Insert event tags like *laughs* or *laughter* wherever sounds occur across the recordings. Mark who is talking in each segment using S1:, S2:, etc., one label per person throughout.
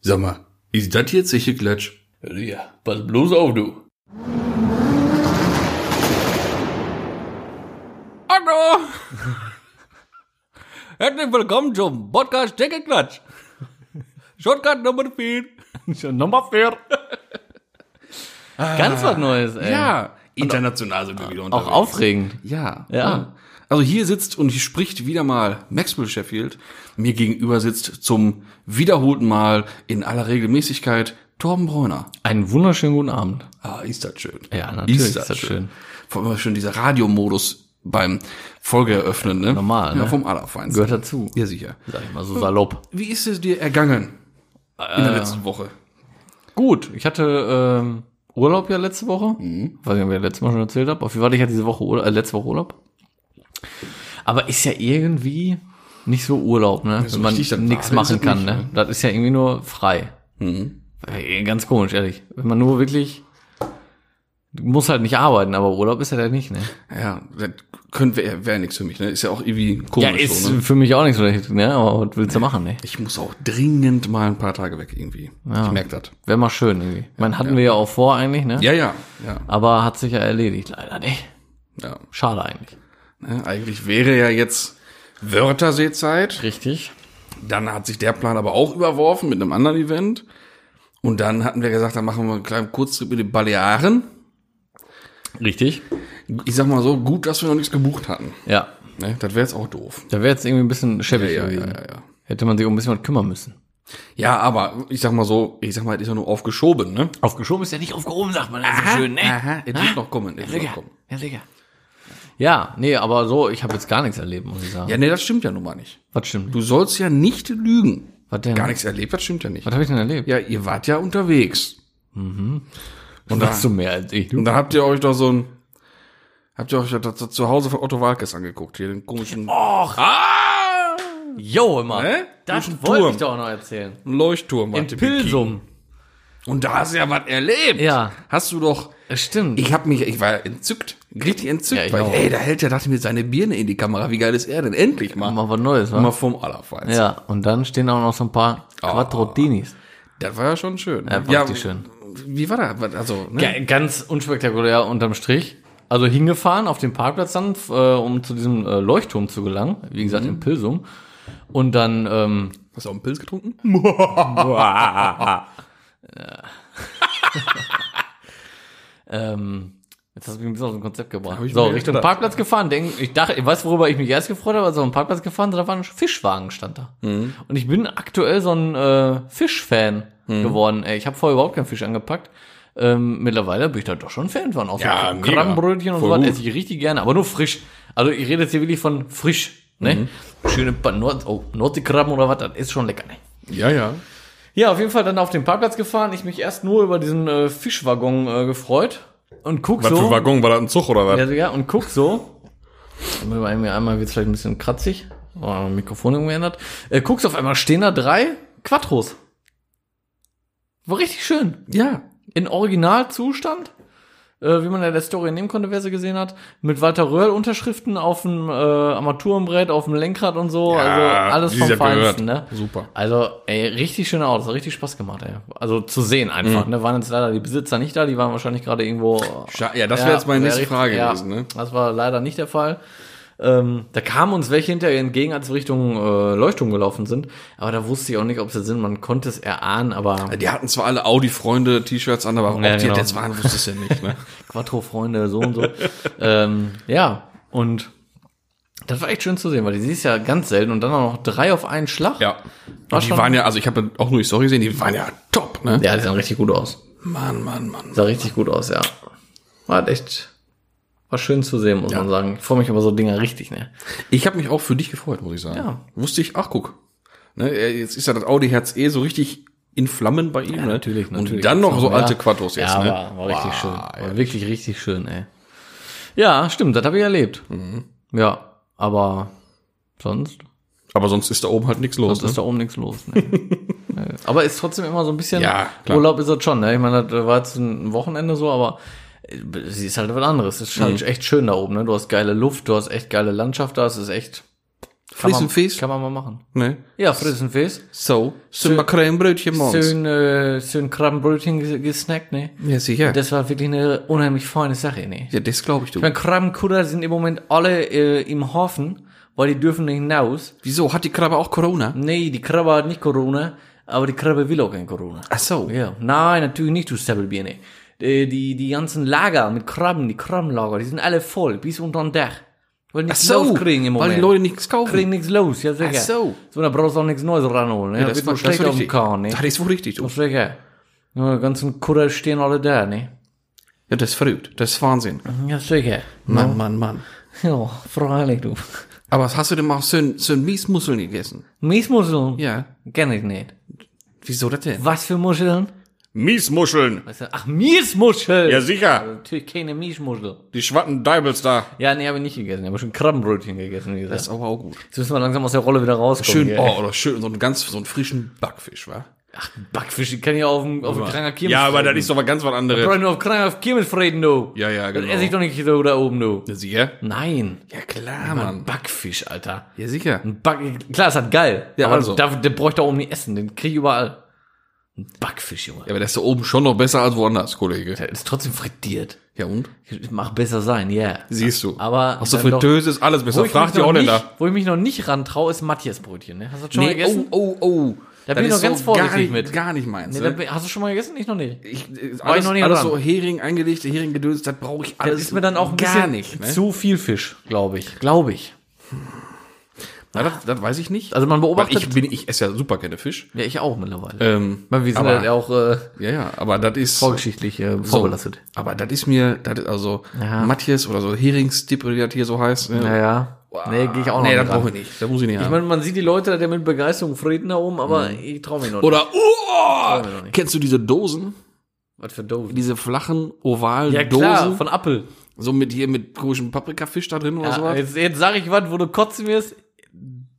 S1: Sag mal, ist das jetzt sicher Klatsch?
S2: Ja, pass bloß auf, du.
S1: *laughs*
S3: Hallo! Herzlich willkommen zum Podcast Deckelklatsch. Shortcut Nummer 4.
S4: Schon Nummer vier.
S3: *laughs* Ganz was Neues, ey.
S1: Ja, international sind wir wieder
S3: Auch
S1: unterwegs.
S3: aufregend.
S1: Ja.
S3: Ja.
S1: Also hier sitzt und hier spricht wieder mal Maxwell Sheffield. Mir gegenüber sitzt zum wiederholten Mal in aller Regelmäßigkeit Torben Bräuner.
S3: Einen wunderschönen guten Abend.
S1: Ah, ist das schön.
S3: Ja, natürlich ist das schön.
S1: Vor allem schon dieser Radiomodus beim Folge eröffnen, ne?
S3: Normal,
S1: Ja,
S3: ne?
S1: vom Allerfeinsten.
S3: Gehört dazu.
S1: Ja, sicher.
S3: Sag ich mal so salopp.
S1: Wie ist es dir ergangen in
S3: Äh.
S1: der letzten Woche?
S3: Gut, ich hatte ähm, Urlaub ja letzte Woche.
S1: Mhm.
S3: Weiß nicht, ob ich das letzte Mal schon erzählt habe. Auf jeden Fall, ich hatte diese Woche Urlaub, äh, letzte Woche Urlaub. Aber ist ja irgendwie nicht so Urlaub, ne?
S1: so
S3: Wenn man
S1: richtig dann
S3: nichts
S1: frei ist
S3: machen
S1: das
S3: kann,
S1: nicht, Mhm.
S3: ne? Das ist ja irgendwie nur frei. Äh, Ganz komisch, ehrlich. Wenn man nur wirklich. Du musst halt nicht arbeiten, aber Urlaub ist ja halt nicht, ne?
S1: Ja, das könnte wäre wär nichts für mich, ne? Ist ja auch irgendwie komisch.
S3: Ja, ist
S1: so, ne?
S3: für mich auch nicht so recht, ne? Aber was willst du machen, ne?
S1: Ich muss auch dringend mal ein paar Tage weg irgendwie. Ich merk das.
S3: Wäre mal schön irgendwie. Ich meine, hatten wir ja auch vor eigentlich, ne?
S1: Ja, ja, ja,
S3: Aber hat sich ja erledigt, leider nicht.
S1: ja.
S3: Schade eigentlich.
S1: Ne? Eigentlich wäre ja jetzt Wörtherseezeit.
S3: Richtig.
S1: Dann hat sich der Plan aber auch überworfen mit einem anderen Event. Und dann hatten wir gesagt, dann machen wir einen kleinen Kurztrip in die Balearen.
S3: Richtig.
S1: Ich sag mal so, gut, dass wir noch nichts gebucht hatten.
S3: Ja.
S1: Ne? Das wäre jetzt auch doof.
S3: Da wäre jetzt irgendwie ein bisschen schäbig gewesen.
S1: ja.
S3: Hätte man sich um ein bisschen was kümmern müssen.
S1: Ja, aber ich sag mal so, ich sag mal, das ist ja nur aufgeschoben, ne?
S3: Aufgeschoben ist ja nicht aufgehoben, sagt man. Das ist schön, ne?
S1: Aha, Ah. es wird noch kommen, es wird noch kommen.
S3: Ja, sicher. Ja, nee, aber so, ich habe jetzt gar nichts erlebt, muss ich sagen.
S1: Ja, nee, das stimmt ja nun mal nicht.
S3: Was stimmt?
S1: Du sollst ja nicht lügen.
S3: was denn?
S1: Gar nichts erlebt, das stimmt ja nicht.
S3: Was habe ich denn erlebt?
S1: Ja, ihr wart ja unterwegs.
S3: und warst du mehr als ich.
S1: Und dann habt ihr euch doch so ein. Habt ihr euch das das zu Hause von Otto Walkes angeguckt? Hier den komischen
S3: Och. Ah! Jo, immer.
S1: Hä?
S3: Das
S1: Durch den
S3: wollte
S1: Turm.
S3: ich doch noch erzählen.
S1: Leuchtturm.
S3: In
S1: hatte
S3: Pilsum.
S1: Bikini. Und da hast du ja was erlebt.
S3: Ja.
S1: Hast du doch.
S3: Äh, Stimmt.
S1: Ich hab mich, ich war entzückt. Richtig entzückt.
S3: Ja, ich
S1: weil,
S3: auch.
S1: ey, da hält der, dachte mir, seine Birne in die Kamera. Wie geil ist er denn? Endlich mal.
S3: mal was Neues, wa?
S1: Mal vom Allerfeinsten.
S3: Ja, und dann stehen auch noch so ein paar Quattrotinis.
S1: Das war ja schon schön.
S3: Ja, war richtig schön.
S1: Wie war das? Also, ne?
S3: Ge- Ganz unspektakulär unterm Strich. Also hingefahren auf den Parkplatz dann, f- äh, um zu diesem äh, Leuchtturm zu gelangen. Wie gesagt, in Pilsum. Und dann, ähm,
S1: Hast du auch einen Pilz getrunken?
S3: ähm, jetzt hast du mich ein bisschen aus dem Konzept gebracht.
S1: ich
S3: So,
S1: mir
S3: Richtung
S1: gedacht.
S3: Parkplatz gefahren. Denk, ich dachte, ich weiß, worüber ich mich erst gefreut habe, als auf dem Parkplatz gefahren sind, da war ein Fischwagen, stand da.
S1: Mhm.
S3: Und ich bin aktuell so ein äh, Fischfan
S1: Mhm.
S3: geworden. Ey, ich habe vorher überhaupt keinen Fisch angepackt. Ähm, mittlerweile bin ich da doch schon Fan von. Auch
S1: Ja,
S3: so
S1: mega.
S3: Krabbenbrötchen und
S1: Voll
S3: so was
S1: gut.
S3: esse ich richtig gerne, aber nur frisch. Also ich rede jetzt hier wirklich von frisch. Ne?
S1: Mhm.
S3: Schöne paar Nord oh, Nordseekrabben oder was, das ist schon lecker. Ne?
S1: Ja, ja.
S3: Ja, auf jeden Fall dann auf den Parkplatz gefahren. Ich mich erst nur über diesen äh, Fischwaggon äh, gefreut und guck so.
S1: Waggon? War das ein Zug oder was?
S3: Ja, so, ja, und guck so. Bei mir einmal wird's vielleicht ein bisschen kratzig. Oh, Mikrofon umgeändert. Äh, guckst auf einmal stehen da drei Quattros. War richtig schön.
S1: Ja.
S3: In Originalzustand. Äh, wie man ja der Story entnehmen konnte, wer sie gesehen hat. Mit Walter Röhrl Unterschriften auf dem äh, Armaturenbrett, auf dem Lenkrad und so. also alles
S1: wie
S3: vom
S1: sie gehört.
S3: Feinsten, ne?
S1: Super.
S3: Also, ey, richtig schöne Autos, hat richtig Spaß gemacht, ey. Also zu sehen einfach,
S1: Mhm.
S3: ne? Waren jetzt leider die Besitzer nicht da, die waren wahrscheinlich gerade irgendwo.
S1: Scha- ja, das wäre jetzt meine nächste
S3: richtig-
S1: Frage gewesen, ne?
S3: Das war leider nicht der Fall. Ähm, da kamen uns welche hinterher entgegen, als wir Richtung äh, Leuchtturm gelaufen sind. Aber da wusste ich auch nicht, ob sie sind. Man konnte es erahnen, aber
S1: Die hatten zwar alle Audi-Freunde-T-Shirts an, aber ob
S3: Ja,
S1: die
S3: genau.
S1: jetzt waren, wusstest du ja nicht.
S3: *laughs*
S1: Ne?
S3: Quattro-Freunde, so *laughs* und so. ähm, ja, und das war echt schön zu sehen, weil die siehst ja ganz selten und dann auch noch drei auf einen Schlag.
S1: ja.
S3: War
S1: Und die
S3: schon-
S1: waren ja, also ich habe auch nur die Story gesehen, die waren ja top. Ne?
S3: Ja, die sahen richtig gut aus.
S1: Mann, Mann, Mann.
S3: Sah richtig gut aus, ja. War echt, war schön zu sehen, muss man sagen. Ich freue mich über so Dinger richtig, ne?
S1: Ich habe mich auch für dich gefreut, muss ich sagen.
S3: Ja.
S1: Wusste ich, ach guck, ne, äh, jetzt ist ja das Audi-Herz eh so richtig in Flammen bei ihm. ne? Und dann noch so alte Quattros jetzt.
S3: Ja,
S1: ne?
S3: war, war richtig schön. War wirklich richtig schön, ey. Mhm. Ja, stimmt, das habe ich erlebt. Ja, aber sonst,
S1: Aber sonst ist da oben halt nichts los.
S3: sonst ist da oben nichts los.
S1: *laughs*
S3: Ne? Nee. aber ist trotzdem immer so ein bisschen,
S1: Ja, klar.
S3: Urlaub ist das schon, ne? Ich meine, das war jetzt ein Wochenende so, aber äh, sie ist
S1: Mhm.
S3: halt was anderes. Es ist halt echt schön da oben, ne? Du hast geile Luft, du hast echt geile Landschaft da, es ist echt man,
S1: Frissenfest?
S3: kann man mal machen.
S1: Ne?
S3: Ja, Frissenfest.
S1: So, sind wir kein Brötchen morgens.
S3: Schön, äh, schön Krabbenbrötchen ges- gesnackt, ne?
S1: Ja, sicher.
S3: Das war wirklich eine unheimlich feine Sache, ne?
S1: ja, das glaube ich, du.
S3: Ich meine, Krabbenkutter sind im Moment alle äh, im Hafen, weil die dürfen nicht hinaus.
S1: Wieso? Hat die Krabbe auch Corona?
S3: Nee, die Krabbe hat nicht Corona, aber die Krabbe will auch kein Corona.
S1: Ach so.
S3: Ja, nein, natürlich nicht, du Stapelbirne. Die, die, die ganzen Lager mit Krabben, die Krabbenlager, die sind alle voll, bis unter den Dach. Wollen
S1: Ach
S3: nichts
S1: so,
S3: loskriegen im Moment.
S1: weil die Leute nichts kaufen.
S3: kriegen nichts los, ja sicher.
S1: Ach so.
S3: So, da brauchst du auch nichts Neues ranholen, ne? Ja,
S1: war-
S3: schlecht
S1: war
S3: auf dem
S1: richtig.
S3: Kahn, ne?
S1: Das ist wohl richtig, du.
S3: Das ist sicher. Ja, die ganzen Kutter stehen alle da, ne?
S1: Ja, das ist verrückt. Das ist Wahnsinn.
S3: Ja, sicher.
S1: Mann, Mann, Mann.
S3: Ja, freilich, du.
S1: Aber was hast du denn mal so ein, so ein Miesmuscheln gegessen?
S3: Miesmuscheln?
S1: Ja.
S3: Kenn ich nicht.
S1: Wieso das denn?
S3: Was für Muscheln?
S1: Miesmuscheln.
S3: Weißt du, Ach, Miesmuscheln!
S1: sicher.
S3: Natürlich keine Miesmuschel.
S1: Die schwatten Deibels da.
S3: Ja, nee, habe ich nicht gegessen. Ich habe schon Krabbenbrötchen gegessen, wie
S1: Das
S3: gesagt.
S1: ist aber auch gut.
S3: Jetzt müssen wir langsam aus der Rolle wieder rauskommen.
S1: Schön,
S3: hier.
S1: oh, oder schön, so einen ganz, so einen frischen Backfisch, wa?
S3: Ach, Backfisch, die kann ich auch auf dem, auf dem Kranger Kirmes
S1: ist doch mal ganz was
S3: Ich
S1: anderes.
S3: brauche nur auf Kranger auf Kirmes freden, du.
S1: Ja, ja,
S3: Das
S1: genau.
S3: esse ich doch nicht so da oben, du.
S1: Ja, sicher?
S3: Nein.
S1: Ja, klar, Mann.
S3: Backfisch, Alter.
S1: Ja, sicher.
S3: Ein Back, klar, ist halt geil.
S1: Ja,
S3: aber
S1: also.
S3: da, den brauche ich da oben nicht essen. Den krieg ich überall. Ein Backfisch, Junge.
S1: Ja, aber das ist da oben schon noch besser als woanders, Kollege.
S3: Der ist trotzdem frittiert.
S1: Ja, und?
S3: Mag besser sein, ja. Yeah.
S1: Siehst du.
S3: Aber
S1: Hast du
S3: dann doch-
S1: Fritteuse ist alles besser.
S3: Wo ich,
S1: Frag
S3: mich
S1: die
S3: noch
S1: Holländer.
S3: nicht, wo ich mich noch nicht rantraue, ist Matthias-Brötchen. Ne? Hast du das schon mal gegessen?
S1: oh, oh, oh.
S3: Da bin ich
S1: Das
S3: noch
S1: ist
S3: ganz
S1: so
S3: vorsichtig
S1: gar nicht,
S3: mit.
S1: Gar nicht meins.
S3: Nee,
S1: ne?
S3: da bin- hast du schon mal gegessen? Ich noch nicht.
S1: ich, äh,
S3: war ich
S1: alles,
S3: noch nie
S1: alles
S3: dran.
S1: so Hering eingelegt, Hering gedöns, das brauche ich alles
S3: Das ist mir dann auch ein
S1: gar
S3: bisschen
S1: nicht.
S3: *laughs*
S1: Ne?
S3: zu viel Fisch, glaube ich. Glaube ich.
S1: Na, das, das weiß ich nicht.
S3: Also man beobachtet-
S1: Weil ich bin, ich esse ja super gerne Fisch.
S3: Ja, ich auch mittlerweile.
S1: Ähm,
S3: Weil wir sind
S1: aber-
S3: halt auch äh,
S1: ja, ja, aber das ist
S3: vorgeschichtlich äh, vorbelastet.
S1: Aber das ist mir, das ist also
S3: Ja.
S1: Matthias oder so Heringstipp, wie das hier so heißt. Ne?
S3: Naja. Nee, gehe ich auch noch
S1: nee,
S3: nicht
S1: das
S3: ran.
S1: brauche ich nicht. Das muss ich nicht
S3: Ich
S1: haben.
S3: meine, man sieht die Leute da mit Begeisterung Frieden da oben, aber ich traue mich noch nicht.
S1: oder, oh, kennst du diese Dosen?
S3: Was für doof.
S1: Diese flachen, ovalen
S3: Ja
S1: Dosen?
S3: klar, von Apple.
S1: so mit hier mit komischem Paprikafisch da drin oder
S3: Ja,
S1: sowas?
S3: jetzt jetzt sage ich was, wo du kotzen wirst.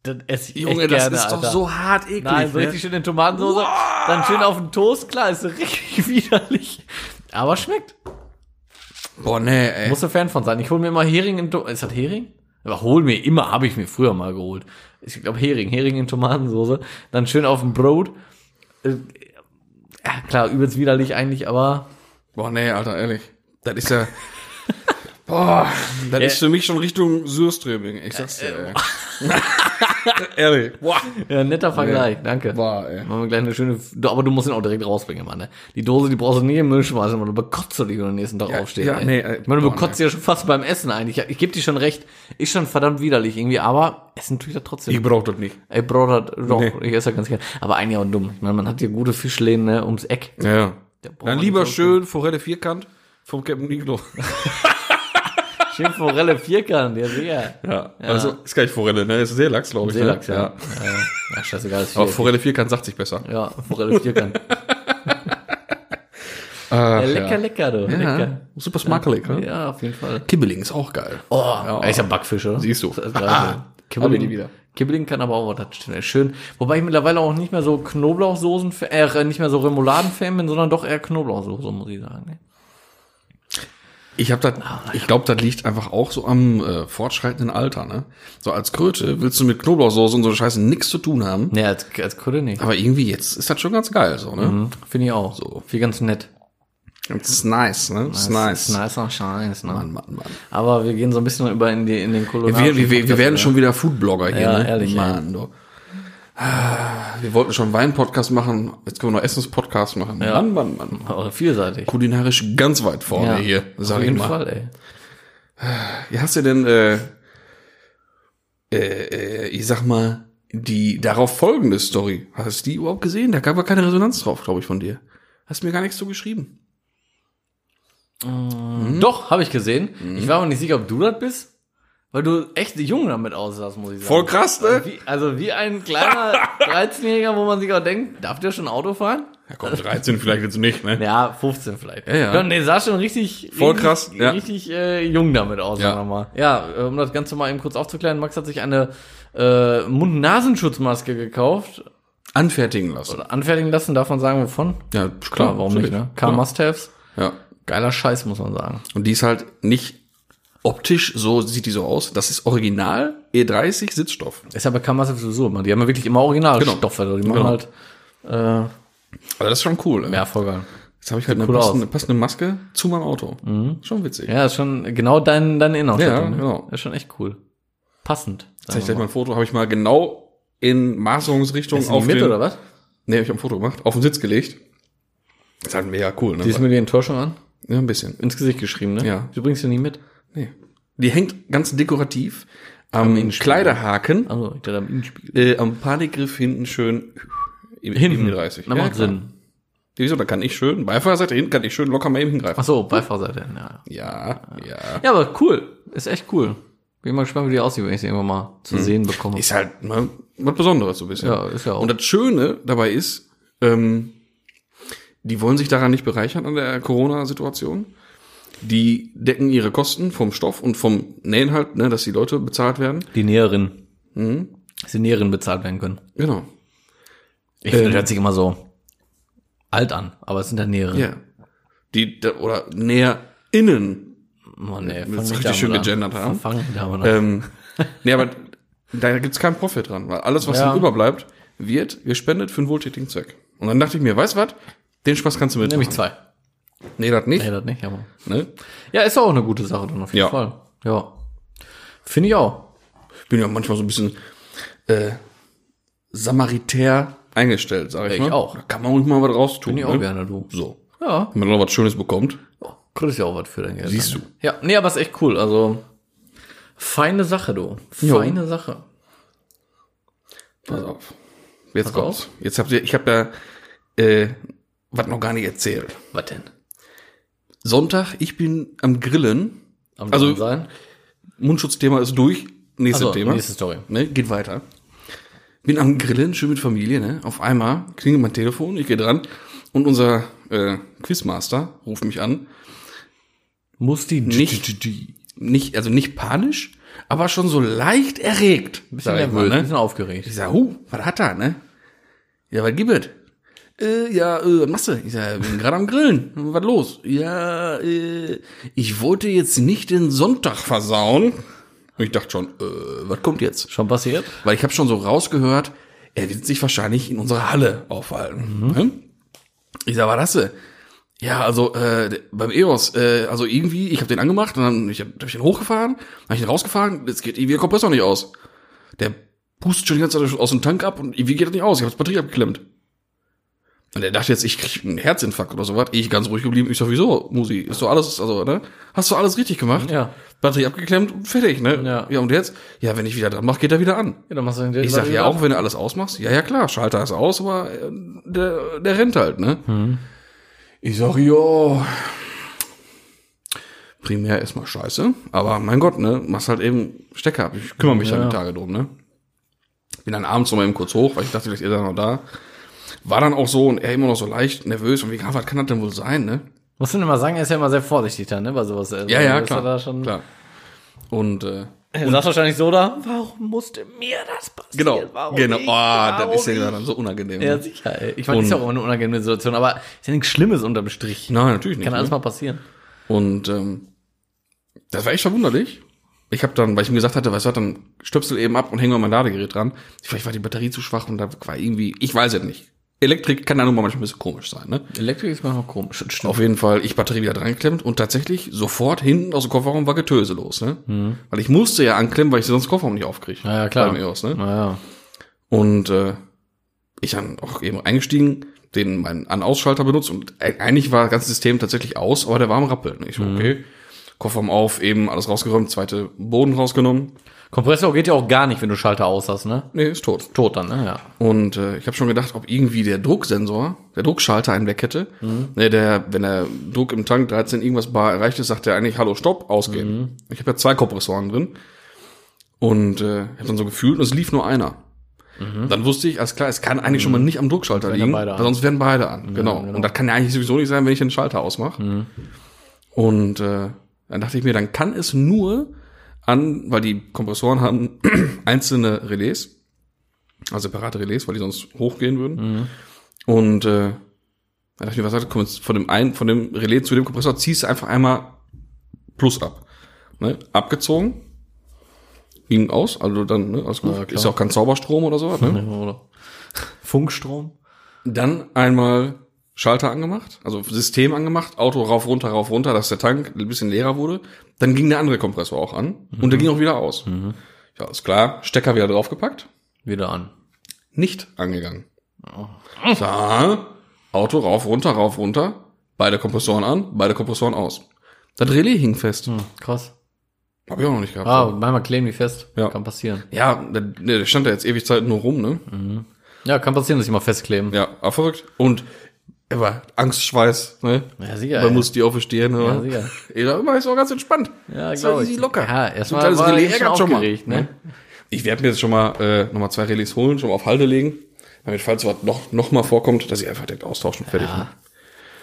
S3: Das esse ich
S1: Junge,
S3: echt
S1: das
S3: gerne,
S1: ist doch
S3: Alter.
S1: so hart eklig.
S3: Nein, so
S1: ne?
S3: richtig schön in Tomatensauce. Dann schön auf den Toast. Klar, ist richtig *laughs* widerlich. Aber schmeckt.
S1: Boah, nee, ey.
S3: Musst du Fan von sein. Ich hole mir immer Hering in Tomaten. Ist das Hering? Aber hol mir immer, habe ich mir früher mal geholt. Ich glaube Hering, Hering in Tomatensoße. Dann schön auf dem Brot. Äh, ja, klar, übelst widerlich eigentlich, aber
S1: Boah, nee, Alter, ehrlich. Das ist ja. *laughs* Boah, das ist für mich schon Richtung Sürströming. Ich sag's dir, ey.
S3: äh,
S1: *laughs*
S3: *laughs*
S1: ehrlich. Boah.
S3: ja, netter Vergleich, danke.
S1: Boah, ey.
S3: Machen wir gleich eine schöne. Du- Aber du musst ihn auch direkt rausbringen, Mann. Ne? Die Dose, die brauchst du nie im Müll schmeißen, Mann. Du bekotzt du dich, wenn du am nächsten Tag aufstehst.
S1: ja,
S3: ey.
S1: nee, ey,
S3: ich meine, du
S1: boah,
S3: bekotzt ja schon fast beim Essen eigentlich. Ich geb dir schon recht. Ist schon verdammt widerlich irgendwie, aber essen tue ich da trotzdem.
S1: Ich brauch das nicht.
S3: Ey, Bro, das, doch,
S1: Nee.
S3: ich esse ja ganz gerne. Aber eigentlich auch dumm. Ich meine, man hat hier gute Fischläden ne, ums Eck.
S1: Ja, ja.
S3: braucht
S1: Dann
S3: man
S1: lieber
S3: nicht so
S1: schön Forelle Vierkant vom Captain Iglo.
S3: Schön Forelle Vierkant, ja sicher.
S1: Ja. Also, ist gar nicht Forelle, ne? Ist Seelachs, glaube ich.
S3: Seelachs,
S1: ne?
S3: ja. Ja, ja. Ach, scheißegal, ist
S1: Aber
S3: viel.
S1: Forelle Vierkant sagt sich besser.
S3: Ja,
S1: *laughs*
S3: Forelle Vierkant. ja, lecker, lecker, du. Lecker.
S1: Super smakelig, ne?
S3: Ja, auf jeden Fall.
S1: Kibbeling ist auch geil.
S3: Oh, ja, ist ja Backfisch, oder?
S1: Siehst du.
S3: Das ist
S1: Ah,
S3: geil.
S1: hab ich die
S3: Kibbeling,
S1: wieder.
S3: Kibbeling kann aber auch was schnell schön. Wobei ich mittlerweile auch nicht mehr so Knoblauchsoßen, äh, nicht mehr so Remouladen-Fan bin, sondern doch eher Knoblauchsoße, muss ich sagen. ne?
S1: Ich habe das,
S3: Ah,
S1: ich glaube, das liegt einfach auch so am äh, fortschreitenden Alter, ne? So als Kröte willst du mit Knoblauchsoße und so Scheiße nichts zu tun haben.
S3: Nee, als, als Kunde nicht.
S1: Aber irgendwie jetzt ist das schon ganz geil, so, ne?
S3: Mhm, Finde ich auch. So. Viel ganz nett.
S1: Das ist nice, ne? Das ist nice.
S3: Ist nice und scheiß, ne?
S1: Mann, Mann, Mann.
S3: Aber wir gehen so ein bisschen über in, die, in den
S1: Wir,
S3: kolonialen.
S1: wir, wir, wir werden schon wieder Foodblogger hier,
S3: Ja,
S1: ne?
S3: ehrlich, ey.
S1: Mann, du. Ah, Wir wollten schon Wein-Podcast machen, jetzt können wir noch Essens-Podcast machen. Mann, Mann, Mann.
S3: Aber Oh, vielseitig.
S1: Kulinarisch ganz weit vorne hier,
S3: auf
S1: sag ich
S3: jeden
S1: mal.
S3: Fall, ey.
S1: Wie hast du denn, äh, äh, äh, ich sag mal, die darauf folgende Story? Hast du die überhaupt gesehen? Da gab ja keine Resonanz drauf, glaube ich, von dir. Hast mir gar nichts zu geschrieben. Mhm.
S3: Doch, habe ich gesehen. Ich war mir nicht sicher, ob du das bist. Weil du echt jung damit aussahst, muss ich sagen.
S1: Voll krass, ne?
S3: Wie, also wie ein kleiner
S1: *laughs*
S3: 13-Jähriger, wo man sich auch denkt, darf der schon Auto fahren?
S1: Ja, komm, 13 vielleicht jetzt nicht, ne?
S3: Ja, 15 vielleicht.
S1: Ja, ja.
S3: Doch, nee, sah schon richtig,
S1: Voll
S3: richtig,
S1: krass, ja.
S3: richtig äh, jung damit aus,
S1: Ja.
S3: sagen wir mal. Ja, äh, um das Ganze mal eben kurz aufzuklären, Max hat sich eine äh, Mund-Nasenschutzmaske gekauft.
S1: Anfertigen lassen.
S3: Anfertigen lassen, darf man sagen, wovon?
S1: Ja,
S3: Klar, warum nicht, ne? Car
S1: Klar.
S3: Must-Haves.
S1: Ja.
S3: Geiler Scheiß, muss man sagen.
S1: Und die ist halt nicht Optisch, so sieht die so aus. Das ist original E30 Sitzstoff.
S3: Ist ja bei Kamasa sowieso immer. Die haben ja wirklich immer Originalstoffe. Die machen
S1: Genau.
S3: halt, äh,
S1: Aber das ist schon cool. ne? ey.
S3: ja, voll geil.
S1: Jetzt habe ich halt eine
S3: cool
S1: passende, passende Maske zu meinem Auto. Schon witzig.
S3: Ja, ist schon genau dein, deine Innenausstattung.
S1: Ja,
S3: ne?
S1: genau.
S3: Ist schon echt cool. Passend.
S1: Zeig ich gleich mal ein Foto. Habe ich mal genau in Maserungsrichtung
S3: Ist auf mit
S1: den,
S3: oder was?
S1: Nee, hab ich ein Foto gemacht. Auf den Sitz gelegt. Ist halt mega cool, ne?
S3: Siehst du mir die Enttäuschung an?
S1: ja, ein bisschen.
S3: Ins Gesicht geschrieben, ne?
S1: Ja.
S3: Du bringst sie nicht mit.
S1: Nee. Die hängt ganz dekorativ am, Kleiderhaken,
S3: Also, ich dachte, am Innenspiegel.
S1: äh, am Panikgriff hinten schön im- im 30.
S3: Na,
S1: Ja,
S3: macht
S1: klar.
S3: Sinn.
S1: Wieso, da kann ich schön, Beifahrerseite hinten kann ich schön locker mal eben hingreifen.
S3: Ach so, Beifahrerseite. Ja. Ah.
S1: Ja, ja.
S3: Hm. ja, aber cool. Ist echt cool. Bin mal gespannt, wie die aussieht, wenn ich sie irgendwann mal zu sehen bekomme.
S1: Ist halt ne, was Besonderes so ein bisschen.
S3: Ja, ist ja auch.
S1: Und das Schöne dabei ist, ähm, die wollen sich daran nicht bereichern an der Corona-Situation. Die decken ihre Kosten vom Stoff und vom Nähen halt, ne, dass die Leute bezahlt werden.
S3: die Näherin. Dass Hm? die Näherin bezahlt werden können.
S1: Genau.
S3: Ich finde,
S1: Ähm,
S3: das hört sich immer so alt an, aber es sind dann Näheren.
S1: Ja. Die, da, oder Näherinnen.
S3: Mann, ey,
S1: Willst du
S3: fang mich
S1: richtig
S3: da
S1: schön
S3: mal an.
S1: gegendert haben?
S3: Fang mich da mal an. *laughs*
S1: Ähm, nee, aber da gibt's keinen Profit dran, weil alles, was
S3: Ja.
S1: dann überbleibt, wird gespendet für einen wohltätigen Zweck. Und dann dachte ich mir, weißt du was? Den Spaß kannst du mitnehmen.
S3: Nämlich zwei.
S1: Nee, das nicht.
S3: Nee, das nicht, aber.
S1: Ne?
S3: Ja, ist auch eine gute Sache dann auf jeden
S1: Ja.
S3: Fall. Ja. Finde ich auch.
S1: Ich bin ja manchmal so ein bisschen äh, Samaritär eingestellt, sag ich,
S3: Ich
S1: mal.
S3: auch.
S1: Da kann man ruhig mal was raus tun.
S3: Finde ich auch
S1: ne?
S3: gerne, du.
S1: So.
S3: Ja.
S1: Wenn man noch was Schönes bekommt.
S3: Ja, Kriegst ja auch was für dein Geld.
S1: Siehst
S3: dann, ne? Ja, nee, aber ist echt cool. Also, feine Sache, du. Feine Sache.
S1: Pass auf. Jetzt
S3: Pass
S1: kommt's. Jetzt habt ihr, ich hab da äh, was noch gar nicht erzählt.
S3: Was denn?
S1: Sonntag, ich bin am Grillen.
S3: Am
S1: Also,
S3: Dran sein?
S1: Mundschutzthema ist durch. Nächstes
S3: Achso,
S1: Thema.
S3: nächste Story.
S1: Ne, geht weiter. Bin am Grillen, schön mit Familie, ne? Auf einmal klingelt mein Telefon, ich gehe dran und unser äh, Quizmaster ruft mich an.
S3: Muss die
S1: Nicht, nicht, also nicht panisch, aber schon so leicht erregt.
S3: bisschen
S1: sag ich mal,
S3: nervös,
S1: ne?
S3: bisschen aufgeregt.
S1: Ich sag, huh, was hat er, ne? Ja, was gibt es? Äh, ja, äh, was machst du? Ich sag, bin gerade am Grillen. Was los? Ja, äh, ich wollte jetzt nicht den Sonntag versauen. Und ich dachte schon, äh, was kommt jetzt?
S3: Schon passiert?
S1: Weil ich habe schon so rausgehört, er wird sich wahrscheinlich in unserer Halle aufhalten.
S3: Mhm.
S1: Ne? Ich sag, was hast du? Ja, also äh, d- beim EOS, äh, also irgendwie, ich habe den angemacht und dann ich hab, hab ich den hochgefahren, habe ich den rausgefahren, jetzt geht irgendwie der Kompressor nicht aus. Der pustet schon die ganze Zeit aus dem Tank ab und irgendwie geht das nicht aus. Ich habe das Batterie abgeklemmt. Und er dachte jetzt, ich krieg einen Herzinfarkt oder sowas. Ich ganz ruhig geblieben. Ich sag, wieso, Musi? Ist doch alles, also, ne? Hast du alles richtig gemacht?
S3: Ja.
S1: Batterie abgeklemmt und fertig, ne?
S3: Ja.
S1: ja, und jetzt? Ja, wenn ich wieder dran mache, geht er wieder an.
S3: Ja, dann machst du den Geld
S1: Ich sag
S3: weiter
S1: ja
S3: dran.
S1: auch, wenn du alles ausmachst, ja, ja klar, Schalter ist aus, aber äh, der, der rennt halt, ne?
S3: Hm.
S1: Ich sag, ja, primär erstmal scheiße, aber mein Gott, ne, machst halt eben Stecker ab. Ich kümmere mich dann die Tage drum, ne? Bin dann abends nochmal eben kurz hoch, weil ich dachte, vielleicht ist er noch da. War dann auch so und er immer noch so leicht nervös und wie, ah, was kann das denn wohl sein, ne?
S3: Muss man immer sagen, er ist ja immer sehr vorsichtig dann, ne? Bei sowas. Also,
S1: Ja, ja,
S3: ist
S1: klar,
S3: Er da schon,
S1: klar. Und, äh,
S3: Er sagt wahrscheinlich so da, warum musste mir das passieren?
S1: genau,
S3: Warum
S1: genau,
S3: ich?
S1: oh, das ist
S3: Warum
S1: ja dann so unangenehm.
S3: ich? Ja,
S1: ne?
S3: sicher, ey. Ich meine, das ist ja auch immer eine unangenehme Situation, aber ist ja nichts Schlimmes unterm Strich.
S1: Nein, natürlich nicht.
S3: Kann
S1: ne?
S3: alles mal passieren.
S1: Und ähm, das war echt verwunderlich. Ich habe dann, weil ich ihm gesagt hatte, weißt du was, dann stöpsel eben ab und hänge mal mein Ladegerät dran. Vielleicht war die Batterie zu schwach und da war irgendwie, ich weiß es nicht. Elektrik kann da nun mal manchmal ein bisschen komisch sein, ne?
S3: Elektrik ist manchmal komisch. Das stimmt.
S1: Auf jeden Fall, ich Batterie wieder dran geklemmt und tatsächlich sofort hinten aus dem Kofferraum war Getöse los, ne? Weil ich musste ja anklemmen, weil ich sonst den Kofferraum nicht aufkriege.
S3: Mhm. Ja, ja, klar.
S1: Beim EOS, ne?
S3: Naja.
S1: Und äh, ich dann auch eben eingestiegen, den meinen An-Ausschalter benutzt und e- eigentlich war das ganze System tatsächlich aus, aber der war am Rappeln. Ich so, okay, Kofferraum auf, eben alles rausgeräumt, zweite Boden rausgenommen.
S3: Kompressor geht ja auch gar nicht, wenn du Schalter aus hast, ne?
S1: Nee, ist tot.
S3: Tot dann, ne? Ja.
S1: Und äh, ich habe schon gedacht, ob irgendwie der Drucksensor, der Druckschalter einen weg hätte. Ne, der, wenn der Druck im Tank 13 irgendwas bar erreicht ist, sagt er eigentlich, hallo, stopp, ausgehen. Ich habe ja zwei Kompressoren drin. Und äh, ich habe dann so gefühlt und es lief nur einer. Dann wusste ich, alles klar, es kann eigentlich schon mal nicht am Druckschalter
S3: ja
S1: liegen,
S3: beide an.
S1: sonst werden beide an. genau. Und das kann ja eigentlich sowieso nicht sein, wenn ich den Schalter ausmache. Und äh, dann dachte ich mir, dann kann es nur an, weil die Kompressoren haben *clears throat* einzelne Relais, also separate Relais, weil die sonst hochgehen würden. Und äh, dann dachte ich mir, was sagt, komm jetzt von dem einen, von dem Relais zu dem Kompressor, ziehst du einfach einmal plus ab. Und ne, abgezogen. Ging aus, also dann, ne, alles gut.
S3: Ja, klar.
S1: ist ja auch kein Zauberstrom oder sowas, ne?
S3: Oder Funkstrom.
S1: Dann einmal Schalter angemacht, also System angemacht, Auto rauf, runter, rauf, runter, dass der Tank ein bisschen leerer wurde. Dann ging der andere Kompressor auch an und der ging auch wieder aus. Ja, ist klar. Stecker wieder draufgepackt,
S3: Wieder an.
S1: nicht angegangen. Da, Auto rauf, runter, rauf, runter, beide Kompressoren an, beide Kompressoren aus. Das Relais hing fest.
S3: Hm, krass.
S1: Hab ich auch noch nicht gehabt.
S3: Ah, manchmal kleben die fest.
S1: Ja.
S3: Kann passieren.
S1: Ja, der, der stand da jetzt ewig Zeit nur rum, ne?
S3: Ja, kann passieren, dass sie mal festkleben.
S1: Ja, aber verrückt. Und er war Angstschweiß, ne?
S3: Ja, sicher.
S1: Man
S3: ey.
S1: muss die aufstehen,
S3: ja,
S1: oder? *laughs*
S3: sicher.
S1: Ich dachte immer, ist auch ganz entspannt.
S3: Ja,
S1: Ist
S3: glaub
S1: halt
S3: ich.
S1: easy locker.
S3: Ja,
S1: So ein
S3: erstmal
S1: kleines
S3: war
S1: Relais
S3: ich schon
S1: ärgert schon mal.
S3: aufgeregt, ne?
S1: Ich werde mir jetzt schon mal äh, nochmal zwei Relais holen, schon mal auf Halde legen, damit falls was noch, noch mal vorkommt, dass ich einfach direkt austauschen fertig. Ne?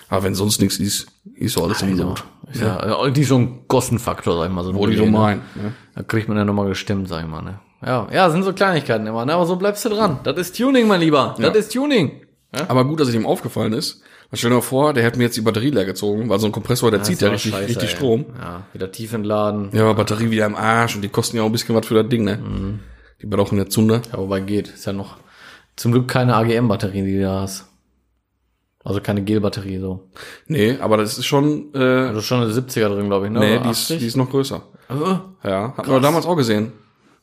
S1: Aber wenn sonst nichts ist, ist so alles im Blut.
S3: Ist Ja, also nicht so ein Gossenfaktor, sag ich mal. So ein
S1: Wo die so
S3: Relais, ne?
S1: meinen. Ne?
S3: Da kriegt man ja nochmal gestimmt, sag ich mal, ne? Ja, ja, sind so Kleinigkeiten immer, ne? Aber so bleibst du dran. Das ist Tuning, mein Lieber. Das ist Tuning.
S1: Aber gut, dass es ihm aufgefallen ist. Weil Stell dir mal vor, der hätte mir jetzt die Batterie leer gezogen, weil so ein Kompressor, der zieht ja
S3: war
S1: richtig,
S3: scheiße,
S1: richtig
S3: ey.
S1: Strom.
S3: Ja, wieder tief entladen.
S1: Ja, aber Batterie wieder im Arsch und die kosten ja auch ein bisschen was für das Ding, ne?
S3: Mhm.
S1: Die brauchen ja Zunder.
S3: Ja, wobei geht. Ist ja noch zum Glück keine AGM-Batterie, die du da hast. Also keine Gel-Batterie so.
S1: Nee, aber das ist schon, äh,
S3: Also schon eine 70er drin, glaube ich, ne?
S1: nee,
S3: Oder
S1: die ist,
S3: 80?
S1: die ist noch größer.
S3: Äh.
S1: Ja, hat man damals auch gesehen.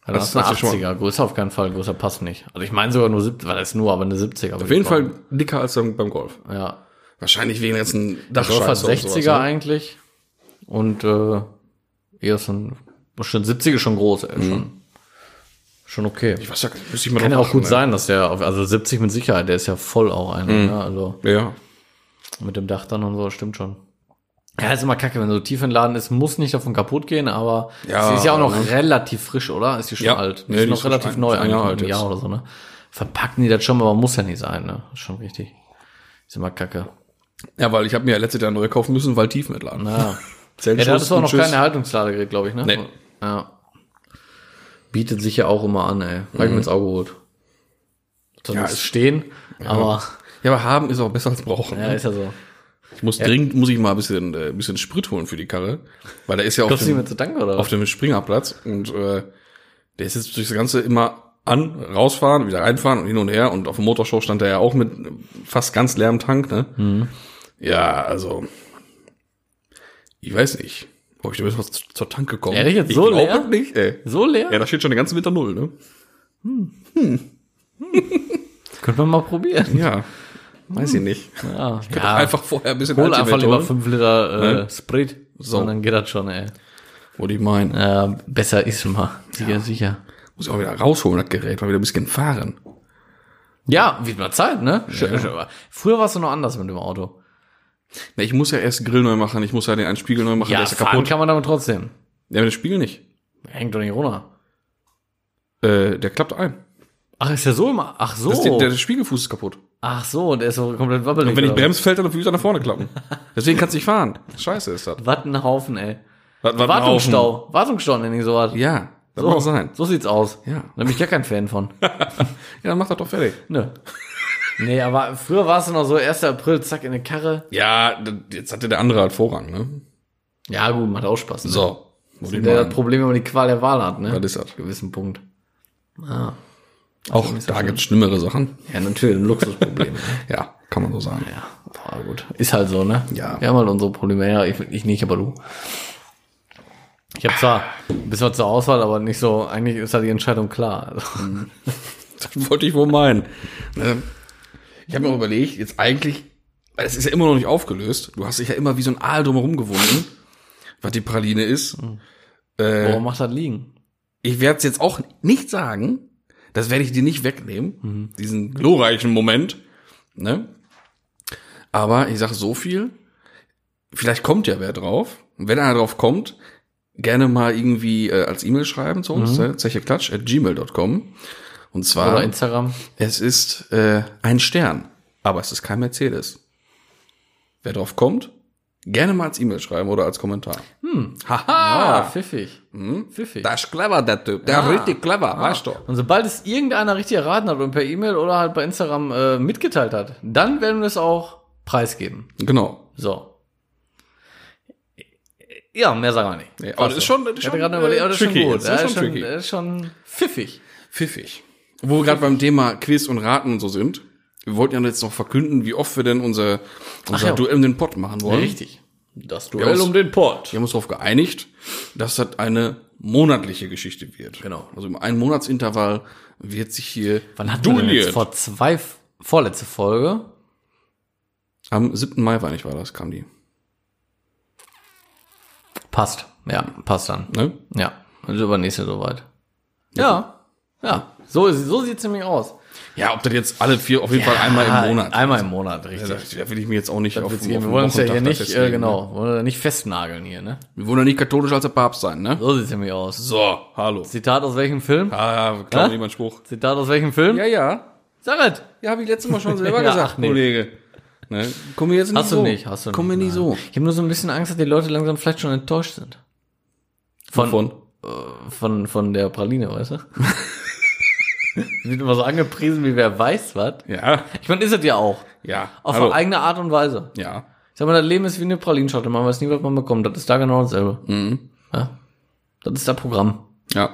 S3: Ja, das,
S1: Das hast
S3: ist
S1: du
S3: eine
S1: schon
S3: 80er. Größer auf keinen Fall. Größer passt nicht. Also ich meine sogar nur 70, weil das nur, aber eine 70er.
S1: Auf jeden Fall dicker als beim beim Golf.
S3: Ja.
S1: Wahrscheinlich wegen der ganzen
S3: Golf hat
S1: Dachscheiße und
S3: 60er
S1: sowas, ne?
S3: eigentlich. Und äh, eher schon, schon 70 ist schon groß, ey,
S1: Mhm.
S3: schon. Schon okay.
S1: Ich weiß ja, Mhm. gar nicht, müsste ich mal
S3: Kann ja
S1: drauf
S3: auch gut
S1: achten,
S3: sein, dass der, auf- also 70 mit Sicherheit, der ist ja voll auch einer, ne? Also
S1: ey. Ja,
S3: mit dem Dach dann und so, stimmt schon. Ja, ist immer kacke, wenn so tief entladen ist, muss nicht davon kaputt gehen, aber
S1: Ja,
S3: sie ist ja auch noch
S1: ne?
S3: relativ frisch, oder? Ist die schon
S1: Ja,
S3: alt?
S1: nee,
S3: ist
S1: die
S3: noch
S1: ist frisch,
S3: relativ
S1: ein-
S3: neu,
S1: ein Jahr alt
S3: ein Jahr
S1: jetzt.
S3: oder so, ne? Verpacken die das schon, aber muss ja nicht sein, ne? Ist schon richtig. Ist immer kacke.
S1: ja. weil ich habe mir ja letztes Jahr neu kaufen müssen, weil Tiefen entladen. *laughs*
S3: Ja. Ja,
S1: Zellenschluss
S3: da hattest du auch
S1: und
S3: noch
S1: tschüss.
S3: kein Erhaltungsladegerät, glaube ich, ne?
S1: Nee.
S3: Ja. Bietet sich ja auch immer an, ey. Hab ich mir ins Auge geholt. Soll
S1: Ja,
S3: ja,
S1: ist-
S3: stehen, aber
S1: Ja, aber haben ist auch besser als brauchen. ne?
S3: ja, ist ja so.
S1: Ich muss dringend, muss ich mal ein bisschen, äh, ein bisschen Sprit holen für die Karre. Weil da ist ja auch.
S3: Kostet die mir zu danken, oder?
S1: auf dem Springerplatz und äh, der ist jetzt durch das Ganze immer an, rausfahren, wieder reinfahren und hin und her und auf dem Motorshow stand er ja auch mit fast ganz leerem Tank, ne?
S3: Mhm.
S1: Ja, also ich weiß nicht, ob ich da jetzt was zu- zur Tanke komme.
S3: Ehrlich jetzt?
S1: ich
S3: So
S1: glaub
S3: leer?
S1: das nicht, ey.
S3: so leer?
S1: Ja, da steht schon den ganzen Winter null, ne?
S3: Könnte man mal probieren.
S1: Ja. Weiß ich nicht.
S3: Ja,
S1: Könnte auch Einfach vorher ein bisschen
S3: hol einfach
S1: Altimate
S3: lieber
S1: holen.
S3: 5 Liter äh,
S1: Ne?
S3: Sprit.
S1: So.
S3: So. Und dann geht das schon, ey.
S1: Wo die meinen.
S3: Äh, besser ist mal. Sicher, sicher.
S1: Muss ich auch wieder rausholen, das Gerät, mal wieder ein bisschen fahren.
S3: Ja, wird mal Zeit, ne? Schön, schön. Früher warst du noch anders mit dem Auto.
S1: Ne, ich muss ja erst Grill neu machen, ich muss ja den einen Spiegel neu machen,
S3: Ja,
S1: der
S3: das
S1: ist ja
S3: fahren
S1: kaputt.
S3: kann man damit trotzdem.
S1: Ja, mit dem Spiegel nicht.
S3: Hängt doch nicht runter.
S1: Äh, der klappt ein.
S3: Ach, ist ja so immer. Ach so.
S1: Das, der, der Spiegelfuß ist kaputt.
S3: Ach so, der ist so komplett wabbelig.
S1: Und wenn ich
S3: oder was?
S1: bremse, fällt er natürlich wieder nach vorne klappen. Deswegen kannst du nicht fahren. Scheiße ist das.
S3: Was ein Haufen, ey.
S1: Wat- wat ein
S3: Wartungsstau. Wartungsstau nenne ich sowas.
S1: Ja, das muss sein.
S3: So sieht's aus.
S1: Ja.
S3: Da bin ich gar kein Fan von.
S1: Ja, dann mach das doch fertig.
S3: Nö. Nee, aber früher war es noch so, 1. April, zack, in eine Karre.
S1: Ja, d- jetzt hatte der andere halt Vorrang, ne?
S3: Ja, gut, macht auch Spaß. Ne?
S1: So. Muss ich
S3: Der
S1: mal
S3: das Problem, wenn man die Qual der Wahl hat, ne?
S1: Was ist das?
S3: Gewissen Punkt.
S1: Auch da gibt's schlimmere Sachen.
S3: Ja, natürlich, ein Luxusproblem.
S1: *laughs* Ja, kann man so sagen.
S3: ja, aber gut. Ist halt so, ne?
S1: Ja.
S3: Wir haben halt unsere Probleme. Ja, ich, ich nicht, aber du. Ich habe zwar ein bisschen was zur Auswahl, aber nicht so, eigentlich ist da die Entscheidung klar. Also,
S1: Das wollte ich wohl meinen. Ne? Ich habe mir auch überlegt, jetzt eigentlich, weil es ist ja immer noch nicht aufgelöst. Du hast dich ja immer wie so ein Aal drumherum gewunden, was die Praline ist.
S3: Hm.
S1: Äh,
S3: Warum macht das liegen?
S1: Ich werde es jetzt auch nicht sagen. Das werde ich dir nicht wegnehmen, diesen glorreichen Moment. Ne? Aber ich sage so viel. Vielleicht kommt ja wer drauf. Und wenn einer drauf kommt, gerne mal irgendwie äh, als E-Mail schreiben zu uns, ne? zecheklatsch at gmail.com. Und
S3: Oder
S1: zwar,
S3: Instagram?
S1: es ist äh, ein Stern, aber es ist kein Mercedes. Wer drauf kommt, gerne mal als E-Mail schreiben oder als Kommentar. Hm.
S3: Ah,
S1: Haha!
S3: pfiffig.
S1: Hm?
S3: Pfiffig.
S1: Das ist clever, der Typ. Der ist richtig clever,
S3: Ah.
S1: weißt du.
S3: Und sobald es irgendeiner richtig erraten hat und per E-Mail oder halt bei Instagram äh, mitgeteilt hat, dann werden wir es auch preisgeben.
S1: Genau.
S3: So. Ja, mehr sagen wir nicht.
S1: Nee, aber das ist schon- das ist
S3: ich hatte
S1: schon, äh,
S3: gerade überlegt, aber das ist
S1: tricky
S3: schon gut.
S1: jetzt, das ist
S3: Das ist
S1: schon
S3: schon,
S1: tricky.
S3: das ist schon pfiffig.
S1: Pfiffig. Wo wir gerade beim Thema Quiz und Raten und so sind. Wir wollten ja jetzt noch verkünden, wie oft wir denn unser, unser
S3: ja.
S1: Duell um den Pott machen wollen.
S3: Richtig. Das
S1: Ja,
S3: Duell
S1: aus-
S3: um den Pott.
S1: Wir haben uns darauf geeinigt, dass das eine monatliche Geschichte wird.
S3: Genau.
S1: Also im einen Monatsintervall wird sich hier
S3: Wann hatten wir denn jetzt vor zwei, F- vorletzte Folge?
S1: Am 7. Mai war nicht, war das, kam die.
S3: Passt. Ja, passt dann.
S1: Ne?
S3: Ja. Also übernächste soweit. Ja. Ja. So, ist- so sieht's nämlich aus.
S1: Ja, ob das jetzt alle vier, auf jeden Fall einmal
S3: Ah,
S1: im Monat.
S3: Einmal im Monat,
S1: Ja,
S3: richtig.
S1: Da da will ich mir jetzt auch nicht auf,
S3: Witzig,
S1: auf den
S3: wir wollen uns ja hier
S1: Wochentag da
S3: nicht, äh,
S1: festlegen, ne?
S3: genau, wollen wir nicht festnageln hier, ne?
S1: Wir wollen ja nicht katholisch als der Papst sein, ne?
S3: So sieht's nämlich aus.
S1: So, hallo.
S3: Zitat aus welchem Film?
S1: Ah, klar,
S3: Hä?
S1: jemand Spruch.
S3: Zitat aus welchem Film?
S1: Ja, ja.
S3: Sag es!
S1: Ja, habe ich letztes Mal schon selber
S3: *laughs* Ja,
S1: gesagt,
S3: ach, nee.
S1: Kollege. Ne? Komm mir jetzt nicht
S3: Hast
S1: so.
S3: du nicht, hast du
S1: Komm mir
S3: nicht.
S1: nicht so.
S3: Ich habe nur so ein bisschen Angst, dass die Leute langsam vielleicht schon enttäuscht sind. Von,
S1: Wovon?
S3: von, von der Praline,
S1: *laughs*
S3: weißt du? Wird immer so angepriesen, wie wer weiß was.
S1: Ja,
S3: Ich meine, ist es ja auch.
S1: ja.
S3: Auf
S1: hallo.
S3: eine eigene Art und Weise.
S1: Ja.
S3: Ich sag mal, das Leben ist wie eine Pralinschachtel. Man weiß nie, was man bekommt. Das ist da genau dasselbe.
S1: Mhm.
S3: Ja. Das ist das Programm.
S1: Ja.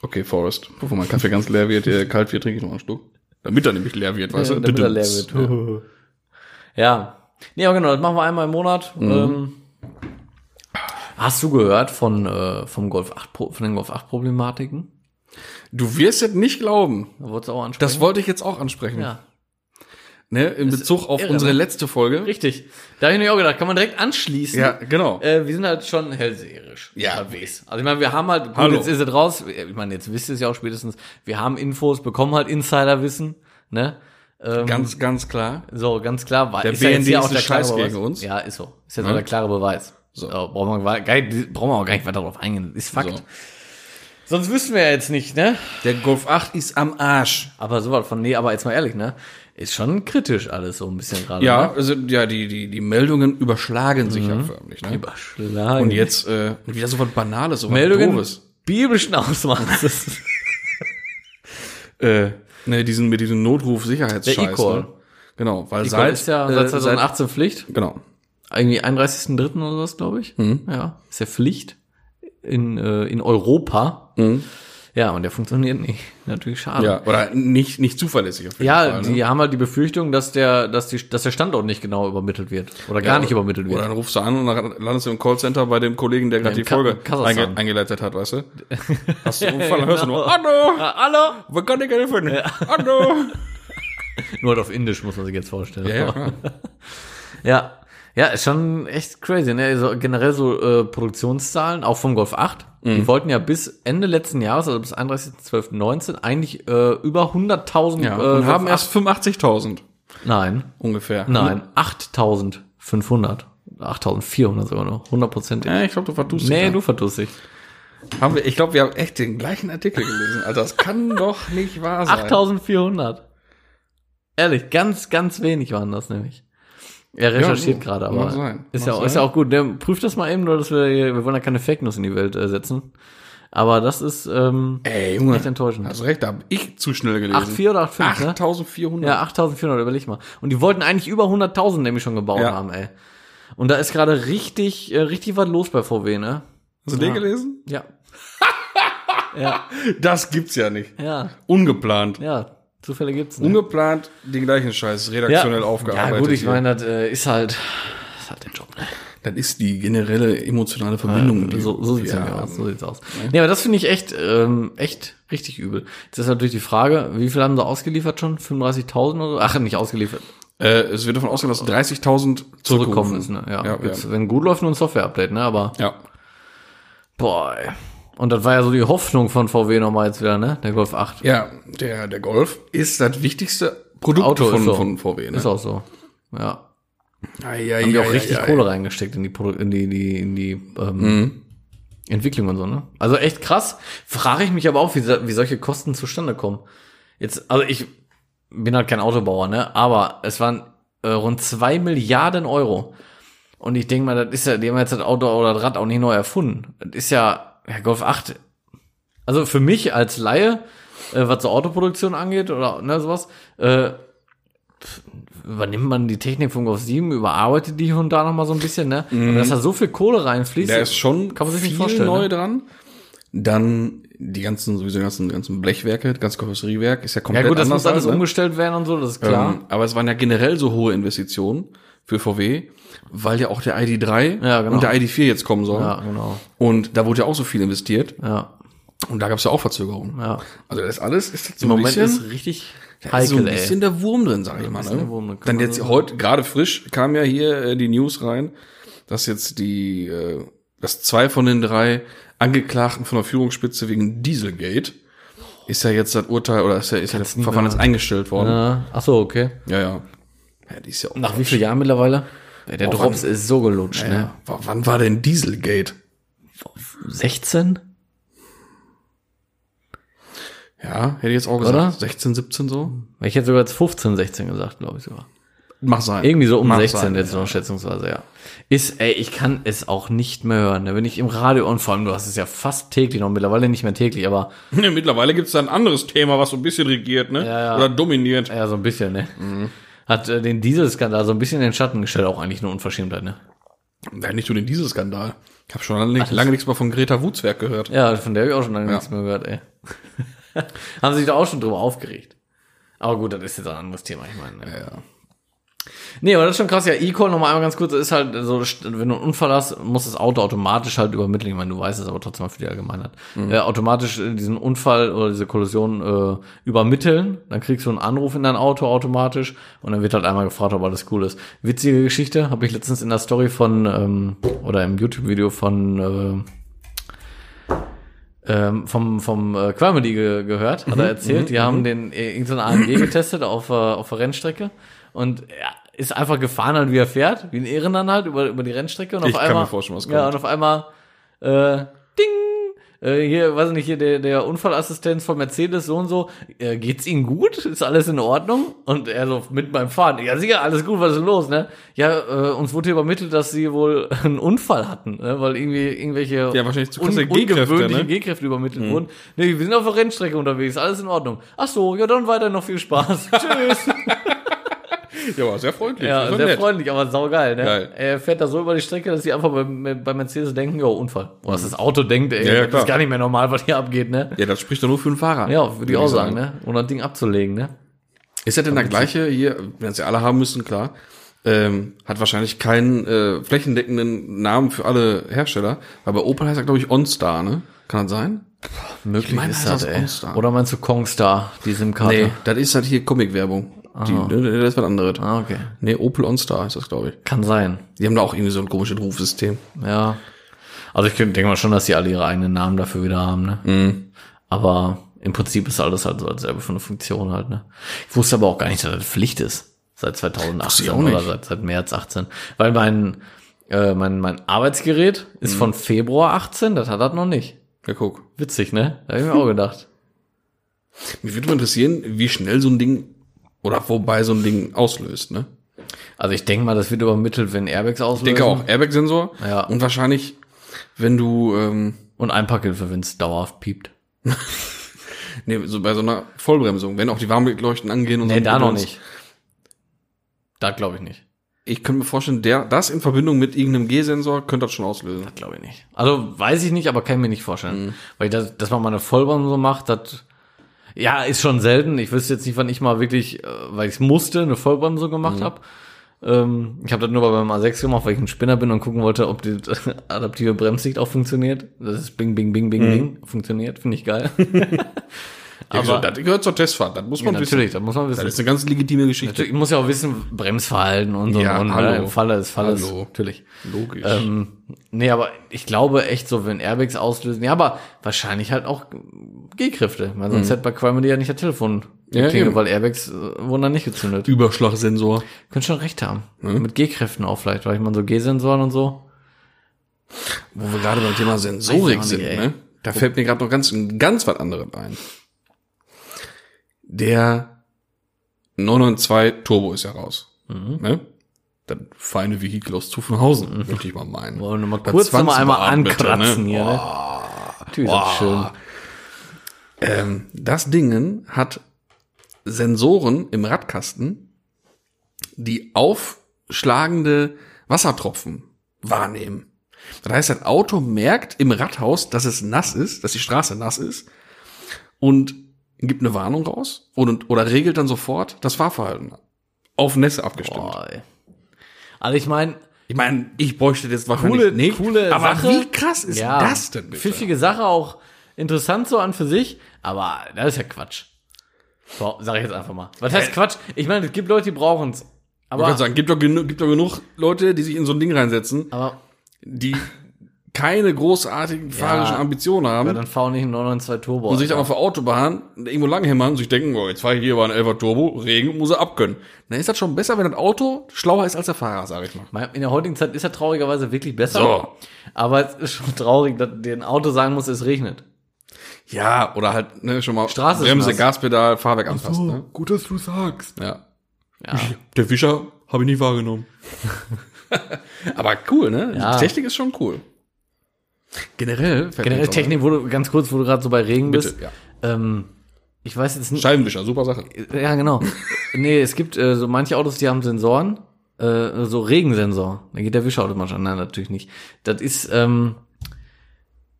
S1: Okay, Forrest. Bevor mein Kaffee ganz leer wird, äh, kalt wird, trinke ich noch einen Schluck. Damit er nämlich leer wird, weißt du?
S3: Damit er leer wird. Ja. Nee, aber genau, das machen wir einmal im Monat.
S1: Mhm.
S3: Ähm, hast du gehört von, äh, vom Golf 8, Pro- von den Golf 8 Problematiken?
S1: Du wirst es nicht glauben.
S3: Da wurde es auch ansprechen.
S1: Das wollte ich jetzt auch ansprechen.
S3: ja.
S1: Ne, in Bezug auf
S3: irre,
S1: unsere
S3: ne?
S1: letzte Folge.
S3: Richtig. Da habe ich nämlich auch gedacht, kann man direkt anschließen.
S1: Ja, genau.
S3: Äh, wir sind halt schon hellseherisch
S1: Ja.
S3: unterwegs. Also ich meine, wir haben halt, gut,
S1: Hallo.
S3: jetzt ist es raus, ich meine, jetzt wisst ihr es ja auch spätestens, wir haben Infos, bekommen halt Insiderwissen, ne? Ähm,
S1: ganz, ganz klar.
S3: so, ganz klar, war,
S1: Der
S3: ja
S1: BND
S3: hier
S1: ist ein
S3: klare
S1: Scheiß
S3: Beweis.
S1: gegen uns.
S3: Ja, ist so. Ist jetzt auch der klare Beweis.
S1: So.
S3: So. brauchen, wir, gar- gar nicht- brauchen wir auch gar nicht weiter drauf eingehen. Ist Fakt.
S1: So.
S3: Sonst wüssten wir ja jetzt nicht, ne?
S1: Der Golf 8 ist am Arsch.
S3: Aber sowas von, nee, aber jetzt mal ehrlich, ne? Ist schon kritisch alles so ein bisschen gerade.
S1: Ja,
S3: Ne?
S1: also, ja, die, die, die Meldungen überschlagen sich
S3: Mhm.
S1: ja förmlich, ne?
S3: Überschlagen.
S1: Und jetzt, äh, wieder so was Banales, so was
S3: Meldungen
S1: Doofes.
S3: biblischen Ausmaßes.
S1: Äh, ne, diesen, mit diesem Notruf-Sicherheitsscheiß,
S3: Der E-Call.
S1: ne? Genau, weil
S3: Seit,
S1: seit,
S3: ist ja seit
S1: äh,
S3: 2018 Pflicht.
S1: genau.
S3: Irgendwie 31.03. oder was, glaube ich.
S1: Mhm.
S3: Ja. Ist ja Pflicht in, äh, in Europa. Ja, und der funktioniert nicht. Natürlich schade.
S1: Mhm. Ja, oder nicht, nicht zuverlässig auf jeden
S3: Ja,
S1: Fall, ne?
S3: die haben halt die Befürchtung, dass der, dass die, dass der Standort nicht genau übermittelt wird. Oder gar nicht übermittelt
S1: Oder
S3: wird.
S1: dann rufst du an und dann landest du im Callcenter bei dem Kollegen, der gerade
S3: in
S1: die Folge
S3: Ka- Kasachstan.
S1: einge eingeleitet hat,
S3: *laughs*
S1: weißt du? Hast du einen Unfall, dann hörst du nur, hallo,
S3: Ah, hallo?
S1: wir können dir helfen, hallo.
S3: *laughs* Nur halt auf Indisch muss man sich jetzt vorstellen.
S1: Ja, ja, klar.
S3: Ja, ja, ist schon echt crazy. Ne? Also generell so äh, Produktionszahlen, auch vom Golf 8.
S1: Mhm.
S3: Die wollten ja bis Ende letzten Jahres, also bis 31.12.19, eigentlich äh, über 100.000
S1: ja.
S3: äh,
S1: Und haben
S3: Golf
S1: erst 85.000
S3: 8 Nein,
S1: ungefähr.
S3: nein, 8.500. 8.400 sogar noch, 100 Prozent.
S1: Ja, ich glaube, du vertust
S3: Nee,
S1: dich.
S3: du vertust dich.
S1: da. Haben wir, ich glaube, wir haben echt den gleichen Artikel gelesen. Also das kann
S3: *laughs*
S1: doch nicht wahr sein.
S3: 8.400. Ehrlich, ganz, ganz wenig waren das nämlich. Er recherchiert
S1: mag-
S3: gerade,
S1: oh, mag
S3: aber
S1: sein,
S3: ist,
S1: mag
S3: ja, ist ja
S1: sein.
S3: auch gut. Ne, prüft das mal eben, nur dass wir, hier- wir wollen ja keine Fake News in die Welt äh, setzen. Aber das ist ähm,
S1: Ey, Junge.
S3: echt enttäuschend.
S1: Hast recht, da habe ich zu schnell gelesen.
S3: 8,4 oder 8,5, ne?
S1: 8.400.
S3: Ja, 8400, überleg mal. Und die wollten eigentlich über 100.000 nämlich schon gebaut
S1: Ja.
S3: haben, ey. Und da ist gerade richtig, äh, richtig was los bei VW, ne?
S1: Hast du den gelesen?
S3: Ja.
S1: Das gibt's ja nicht.
S3: Ja,
S1: Ungeplant.
S3: ja. Zufälle gibt's, ne?
S1: Ungeplant den gleichen Scheiß redaktionell aufgearbeitet.
S3: Ja, gut, ich
S1: hier.
S3: meine, das äh, ist halt, ist halt der Job, ne? Also,
S1: Das ist die generelle emotionale Verbindung. die
S3: So, so sieht's
S1: wir
S3: ja.
S1: haben.
S3: aus. So sieht's aus. Nee, aber das finde ich echt, ähm, echt richtig übel. Jetzt ist natürlich die Frage, wie viel haben sie ausgeliefert schon? 35.000 oder so? Ach, nicht ausgeliefert.
S1: Äh, es wird davon ausgegangen, dass 30.000
S3: Zurückkommen
S1: zurückkommen.
S3: ist, ne? Ja.
S1: Ja,
S3: Jetzt,
S1: ja.
S3: Wenn gut läuft, nur ein Software-Update, ne? Aber,
S1: ja.
S3: boah, ey. Und das war ja so die Hoffnung von VW nochmal jetzt wieder, ne? Der Golf 8.
S1: ja, der, der Golf ist das wichtigste Produkt
S3: Auto ist
S1: von,
S3: so.
S1: von VW. Ne?
S3: Ist auch so. Ja.
S1: Ja, ja,
S3: Haben die
S1: ja,
S3: auch richtig
S1: ja, Mhm.
S3: Kohle reingesteckt in die Produ in die, die, in die ähm, Entwicklung und so, ne? Also echt krass. Frage ich mich aber auch, wie, so- wie solche Kosten zustande kommen. Jetzt, also ich bin halt kein Autobauer, ne? Aber es waren äh, rund zwei Milliarden Euro. Und ich denke mal, das ist ja, die haben jetzt das Auto oder das Rad auch nicht neu erfunden. Das ist ja, ja, Golf 8. Also für mich als Laie, äh, was so Autoproduktion angeht oder ne, sowas, äh, übernimmt man die Technik von Golf 7, überarbeitet die hier und da nochmal so ein bisschen, ne? Aber dass da so viel Kohle reinfließt,
S1: Da Mhm. ist schon
S3: kann man sich
S1: viel
S3: nicht vorstellen.
S1: neu
S3: ne?
S1: dran. Dann die ganzen, sowieso die ganzen, ganzen Blechwerke, das ganze Karosseriewerk ist ja
S3: Ja
S1: komplett
S3: gut, das muss
S1: anders
S3: alles
S1: halt, ne?
S3: umgestellt werden und so, das ist klar.
S1: Ähm, aber es waren ja generell so hohe Investitionen für VW, weil ja auch der ID3
S3: Ja, genau.
S1: und der ID4 jetzt kommen sollen.
S3: Ja, genau.
S1: Und da wurde ja auch so viel investiert
S3: Ja,
S1: und da gab es ja auch Verzögerungen.
S3: ja.
S1: Also das alles ist jetzt so
S3: Im
S1: ein
S3: Moment
S1: bisschen,
S3: ist richtig
S1: da ist so Also ein
S3: heikel,
S1: bisschen
S3: ey.
S1: der Wurm drin, sag ich mal.
S3: bisschen der Wurm
S1: Ne?
S3: drin, kann
S1: Dann
S3: man
S1: jetzt heute, gerade frisch, kam ja hier äh, die News rein, dass jetzt die, äh, dass zwei von den drei Angeklagten von der Führungsspitze wegen Dieselgate ist ja jetzt das Urteil oder ist ja, ist ja das Verfahren jetzt eingestellt worden.
S3: Ja. Ach so, okay.
S1: Ja, ja. Ja, die ist ja auch
S3: Nach wie vielen Jahren mittlerweile? Ey, der
S1: Boah,
S3: Drops ist so gelutscht,
S1: Ja. W- Wann war denn Dieselgate?
S3: ne? 16?
S1: Ja, hätte ich jetzt auch gesagt.
S3: Oder?
S1: 16, 17 so?
S3: Ich hätte sogar jetzt 15, 16 gesagt, glaube ich sogar.
S1: Mach sein.
S3: Irgendwie so um
S1: Mag
S3: 16
S1: sein,
S3: jetzt noch schätzungsweise, ja. Ist, ey, ich kann es auch nicht mehr hören. Da bin ich im Radio und vor allem, du hast es ja fast täglich noch, mittlerweile nicht mehr täglich, aber
S1: *laughs* Nee, Mittlerweile gibt's da ein anderes Thema, was so ein bisschen regiert, ne?
S3: Ja, ja.
S1: Oder dominiert.
S3: ja, so ein bisschen, ne? Hat äh, den Dieselskandal so ein bisschen in den Schatten gestellt, auch eigentlich eine Unverschämtheit, ne?
S1: Ja, nicht nur den Dieselskandal. Ich habe schon lange, lange nichts mehr von Greta Wutzwerk gehört.
S3: Ja, von der habe ich auch schon lange
S1: Ja.
S3: nichts mehr gehört, ey. *laughs* Haben sich da auch schon drüber aufgeregt. Aber gut, das ist jetzt ein anderes Thema, ich meine. ne?
S1: ja.
S3: Nee, aber das ist schon krass. Ja, E-Call nochmal einmal ganz kurz, ist halt so, wenn du einen Unfall hast, muss das Auto automatisch halt übermitteln. Ich meine, du weißt es aber trotzdem mal für die Allgemeinheit.
S1: Mhm.
S3: Äh, automatisch äh, diesen Unfall oder diese Kollision äh, übermitteln. Dann kriegst du einen Anruf in dein Auto automatisch und dann wird halt einmal gefragt, ob alles cool ist. Witzige Geschichte, habe ich letztens in der Story von, ähm, oder im YouTube-Video von, äh, ähm, vom vom äh, Qualmedy ge gehört, hat
S1: Mhm,
S3: er erzählt. Die haben den äh, irgendeinen
S1: *clears throat*
S3: AMG getestet auf, äh, auf der Rennstrecke und er ist einfach gefahren halt, wie er fährt, wie ein Ehren dann halt über, über die Rennstrecke und
S1: Ich
S3: auf
S1: kann
S3: einmal
S1: mir vorstellen, was kommt.
S3: ja und auf einmal äh, ding äh, hier, weiß ich nicht, hier der, der Unfallassistenz von Mercedes, so und so, äh, geht's Ihnen gut? Ist alles in Ordnung? Und er so mit beim Fahren, ja sicher, alles gut, was ist los, ne? Ja, äh, uns wurde hier übermittelt, dass Sie wohl *laughs* einen Unfall hatten, ne? weil irgendwie irgendwelche
S1: Ja, wahrscheinlich zu krasse Gehkräfte,
S3: ungewöhnliche
S1: ne?
S3: Gehkräfte übermittelt wurden. Nee, wir sind auf der Rennstrecke unterwegs, alles in Ordnung. Ach so, ja, dann weiter noch
S1: *laughs*
S3: viel Spaß. Tschüss.
S1: Ja, war sehr freundlich.
S3: ja,
S1: das war
S3: sehr
S1: nett.
S3: freundlich, aber saugeil, ne?
S1: Geil.
S3: Er fährt da so über die Strecke, dass die einfach bei, bei Mercedes denken, ja, Unfall. Oder dass das Auto denkt, ey,
S1: Ja, ja,
S3: das
S1: klar.
S3: ist gar nicht mehr normal, was hier abgeht, ne?
S1: Ja, das spricht doch nur für den Fahrer.
S3: Ja, würde ich auch sagen, ne? Und das Ding abzulegen, ne?
S1: Ist das denn der gleiche hier, wenn sie alle haben müssen, klar, ähm, hat wahrscheinlich keinen äh, flächendeckenden Namen für alle Hersteller, weil bei Opel heißt er, glaube ich, OnStar, ne? Kann das sein?
S3: Möglich
S1: meine,
S3: ist halt
S1: das
S3: das,
S1: ist
S3: ey.
S1: Kongstar.
S3: Oder meinst du Kongstar, die SIM-Karte?
S1: Nee, das ist halt hier Comic-Werbung. Die, ne, das ist was anderes.
S3: Ah, okay.
S1: Nee, Opel OnStar ist das, glaube ich.
S3: Kann sein.
S1: Die haben da auch irgendwie so ein komisches Rufsystem.
S3: Ja. Also ich könnt- denke mal schon, dass die alle ihre eigenen Namen dafür wieder haben, ne? Aber im Prinzip ist alles halt so als selbe von der Funktion halt, ne? Ich wusste aber auch gar nicht, dass das Pflicht ist. Seit 2018
S1: ich auch
S3: oder
S1: nicht.
S3: seit, seit März 18. Weil mein, äh, mein, mein Arbeitsgerät ist von Februar 18, das hat das noch nicht.
S1: Ja, guck.
S3: Witzig, ne? Da habe ich mir *laughs* auch gedacht.
S1: Mich würde mal interessieren, wie schnell so ein Ding oder wobei so ein Ding auslöst, ne?
S3: Also ich denke mal, das wird übermittelt, wenn Airbags auslösen.
S1: Ich denke auch, Airbag-Sensor.
S3: Ja.
S1: Und wahrscheinlich, wenn du, ähm,
S3: Und Einpackhilfe, wenn es dauerhaft piept.
S1: nee, so bei so einer Vollbremsung, wenn auch die Warnblickleuchten angehen und so.
S3: Nee,
S1: ein
S3: da noch
S1: Gedöns.
S3: nicht. Da glaube ich nicht.
S1: Ich könnte mir vorstellen, der, das in Verbindung mit irgendeinem G-Sensor könnte das schon auslösen.
S3: Glaube ich nicht. Also weiß ich nicht, aber kann ich mir nicht
S1: Mhm.
S3: vorstellen. Weil das, dass man mal eine Vollbahn so macht, das ja, ist schon selten. Ich wüsste jetzt nicht, wann ich mal wirklich, äh, weil ich es musste, eine Vollbremsung so
S1: Mhm.
S3: gemacht habe. Ähm, ich habe das nur bei meinem A6 gemacht, weil ich ein Spinner bin und gucken wollte, ob die *laughs* adaptive Bremslicht auch funktioniert. Das ist bing, bing, bing,
S1: Mhm.
S3: bing, bing. Funktioniert, finde
S1: *laughs*
S3: ich geil. *laughs*
S1: Ja, wie
S3: aber-
S1: gesagt, das gehört zur Testfahrt, das muss man wissen.
S3: Natürlich, das muss man wissen.
S1: Das ist eine ganz legitime Geschichte.
S3: Natürlich, ich muss ja auch wissen, Bremsverhalten und so.
S1: Ja,
S3: und,
S1: hallo.
S3: Ne, Im Falle ist Falle ist,
S1: Hallo.
S3: natürlich.
S1: Logisch.
S3: Ähm, nee, aber ich glaube echt so, wenn Airbags auslösen, ja, aber wahrscheinlich halt auch G-Kräfte. Weil sonst hätte bei Qualmedy ja nicht das Telefon
S1: Mhm. Ja,
S3: geklingelt,
S1: eben.
S3: weil Airbags äh, wurden dann nicht gezündet.
S1: Überschlagsensor.
S3: Könnt schon recht haben.
S1: Mhm.
S3: Mit G-Kräften auch vielleicht, weil ich meine so G-Sensoren und so.
S1: Wo wir gerade beim Thema
S3: Weiß ich auch
S1: Sensorik
S3: nicht,
S1: sind,
S3: ey.
S1: ne? Da fällt mir gerade noch ganz, ganz was anderes ein. Der 992 Turbo ist ja raus. Ne? Das feine Vehikel aus Zuffenhausen, möchte ich mal meinen.
S3: Wollen wir mal
S1: Das
S3: kurz noch mal
S1: 20
S3: einmal
S1: Watt, bitte,
S3: ankratzen
S1: ne?
S3: hier, ne? Natürlich ist das schön.
S1: Ähm, das Dingen hat Sensoren im Radkasten, die aufschlagende Wassertropfen wahrnehmen. Das heißt, das Auto merkt im Rathaus, dass es nass ist, dass die Straße nass ist und gibt eine Warnung raus und, oder regelt dann sofort das Fahrverhalten auf Nässe abgestimmt.
S3: Boah, ey. Also ich meine,
S1: Ich meine, ich bräuchte das wahrscheinlich
S3: Coole-
S1: nicht,
S3: coole
S1: aber
S3: Sache.
S1: wie krass ist
S3: ja,
S1: das denn bitte?
S3: pfiffige Sache auch interessant so an für sich, aber das ist ja Quatsch. So, sag ich jetzt einfach mal. Was heißt Quatsch? Ich meine, es gibt Leute, die brauchen's.
S1: Ich
S3: Aber,
S1: kann sagen, gibt doch, genu gibt doch genug Leute, die sich in so ein Ding reinsetzen,
S3: aber
S1: die keine großartigen fahrerischen Ambitionen
S3: ja,
S1: haben
S3: dann fahr nicht einen 992 Turbo.
S1: und sich dann auf der Autobahn irgendwo langhämmern und sich denken, oh, jetzt fahre ich hier über einen 11er Turbo, Regen muss er abkönnen. Dann ist das schon besser, wenn das Auto schlauer ist als der Fahrer, sage ich mal.
S3: Mein- In der heutigen Zeit ist er traurigerweise wirklich besser.
S1: So.
S3: Aber es ist schon traurig, dass dir ein Auto sagen muss, es regnet.
S1: Ja, oder halt ne, schon mal
S3: Straße ist
S1: Bremse,
S3: nass.
S1: Gaspedal, Fahrwerk anpassen. Ne?
S4: Gut, dass du sagst.
S1: Ja.
S3: Ja.
S1: Der Fischer habe ich nie *laughs* wahrgenommen. Aber cool, ne?
S3: Ja.
S1: Die Technik ist schon cool. Generell, fällt mir
S3: Generell
S1: jetzt auch ein-
S3: Technik, wo du, ganz kurz, wo du gerade so bei Regen
S1: Bitte,
S3: bist.
S1: ja.
S3: Ähm, ich weiß jetzt nicht.
S1: Scheibenwischer, super Sache.
S3: Ja, genau. nee, es gibt äh, so manche Autos, die haben Sensoren, äh, so Regensensor. Da geht der Wischer automatisch an. Nein, natürlich nicht. Das ist, ähm,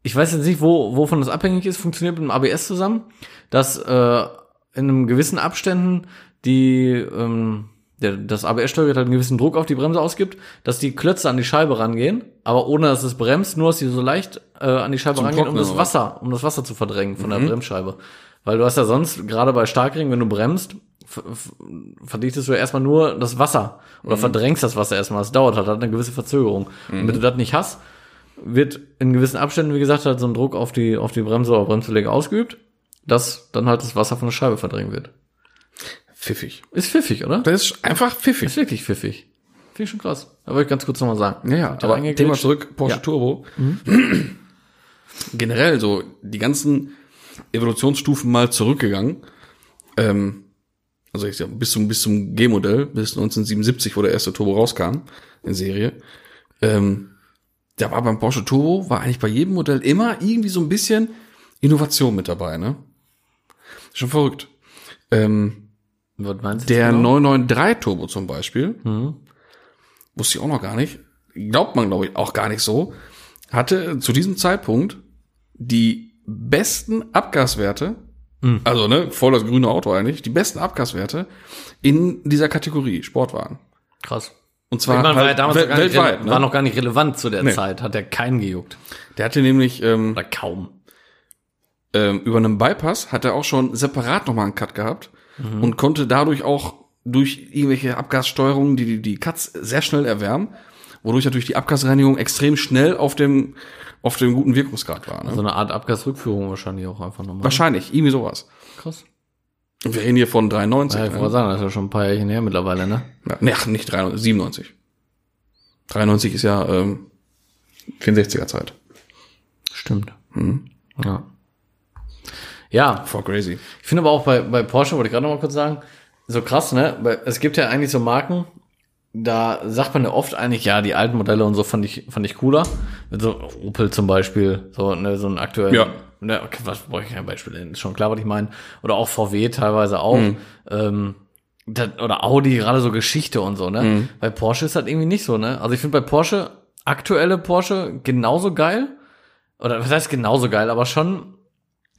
S3: ich weiß jetzt nicht, wo, wovon das abhängig ist, funktioniert mit dem ABS zusammen, dass äh, in einem gewissen Abständen die, ähm, der, das ABS-Steuergerät halt einen gewissen Druck auf die Bremse ausgibt, dass die Klötze an die Scheibe rangehen, aber ohne dass es bremst, nur dass die so leicht äh, an die Scheibe rangehen,
S1: Trocknen,
S3: um das
S1: oder? Mhm.
S3: Wasser Wasser, um das Wasser zu verdrängen von der Bremsscheibe. Weil du hast ja sonst, gerade bei Starkregen, wenn du bremst, f- f- verdichtest du ja erstmal nur das Wasser
S1: Mhm.
S3: oder verdrängst das Wasser erstmal. Das dauert halt, hat eine gewisse Verzögerung. Und wenn du das nicht hast, wird in gewissen Abständen, wie gesagt, halt so ein Druck auf die, auf die Bremse oder Bremsbeläge ausgeübt, dass dann halt das Wasser von der Scheibe verdrängt wird.
S1: Pfiffig.
S3: Ist pfiffig, oder?
S1: Das ist einfach pfiffig.
S3: Ist wirklich pfiffig. Finde ich schon krass. Da wollte ich ganz kurz nochmal sagen.
S1: Ja, ja,
S3: Mit der
S1: aber
S3: Eingegrätscht-
S1: Thema zurück, Porsche
S3: Ja.
S1: Turbo. *clears throat* Generell so die ganzen Evolutionsstufen mal zurückgegangen. Ähm, also ich sag, bis zum, bis zum G-Modell, bis 1977, wo der erste Turbo rauskam, in Serie. Ähm, da war beim Porsche Turbo, war eigentlich bei jedem Modell immer irgendwie so ein bisschen Innovation mit dabei, ne? Schon verrückt. Ähm,
S3: Was meinst du jetzt
S1: der
S3: genau?
S1: 993 Turbo zum Beispiel, wusste ich auch noch gar nicht, glaubt man glaube ich auch gar nicht so, hatte zu diesem Zeitpunkt die besten Abgaswerte,
S3: Hm.
S1: also ne, voll das grüne Auto eigentlich, die besten Abgaswerte in dieser Kategorie Sportwagen.
S3: Krass.
S1: Und zwar
S3: ich meine, war ja
S1: halt
S3: damals
S1: wel-
S3: noch gar nicht,
S1: weltweit.
S3: war
S1: Ne?
S3: noch gar nicht relevant zu der
S1: Nee.
S3: Zeit, hat er keinen gejuckt.
S1: Der hatte nämlich ähm,
S3: Oder kaum.
S1: ähm, über einen Bypass hat er auch schon separat nochmal einen Cut gehabt und konnte dadurch auch durch irgendwelche Abgassteuerungen die, die die Cuts sehr schnell erwärmen, wodurch natürlich die Abgasreinigung extrem schnell auf dem auf dem guten Wirkungsgrad war. Ne?
S3: So eine Art Abgasrückführung wahrscheinlich auch einfach nochmal.
S1: Wahrscheinlich, irgendwie sowas.
S3: Krass.
S1: Und wir reden hier von 93.
S3: Ja, ich wollte gerade sagen, das ist ja schon ein paar Jährchen her mittlerweile, ne?
S1: Ja, nee, ach, nicht 93, 97. 93 ist ja ähm, 64er Zeit. Hm,
S3: Stimmt. Ja. Ja,
S1: Voll crazy.
S3: ich finde aber auch bei, bei Porsche, wollte ich gerade nochmal kurz sagen, so krass, ne? Weil es gibt ja eigentlich so Marken, da sagt man ja oft eigentlich, ja, die alten Modelle und so fand ich, fand ich cooler. So Opel zum Beispiel, so, ne, so ein aktuell.
S1: Ja.
S3: Ne, okay, was brauche ich kein Beispiel nennen, ist schon klar, was ich meine. Oder auch VW teilweise auch. Ähm, da, oder Audi, gerade so Geschichte und so, ne? Bei Porsche ist das irgendwie nicht so, ne? Also ich finde bei Porsche, aktuelle Porsche genauso geil. Oder was heißt genauso geil, aber schon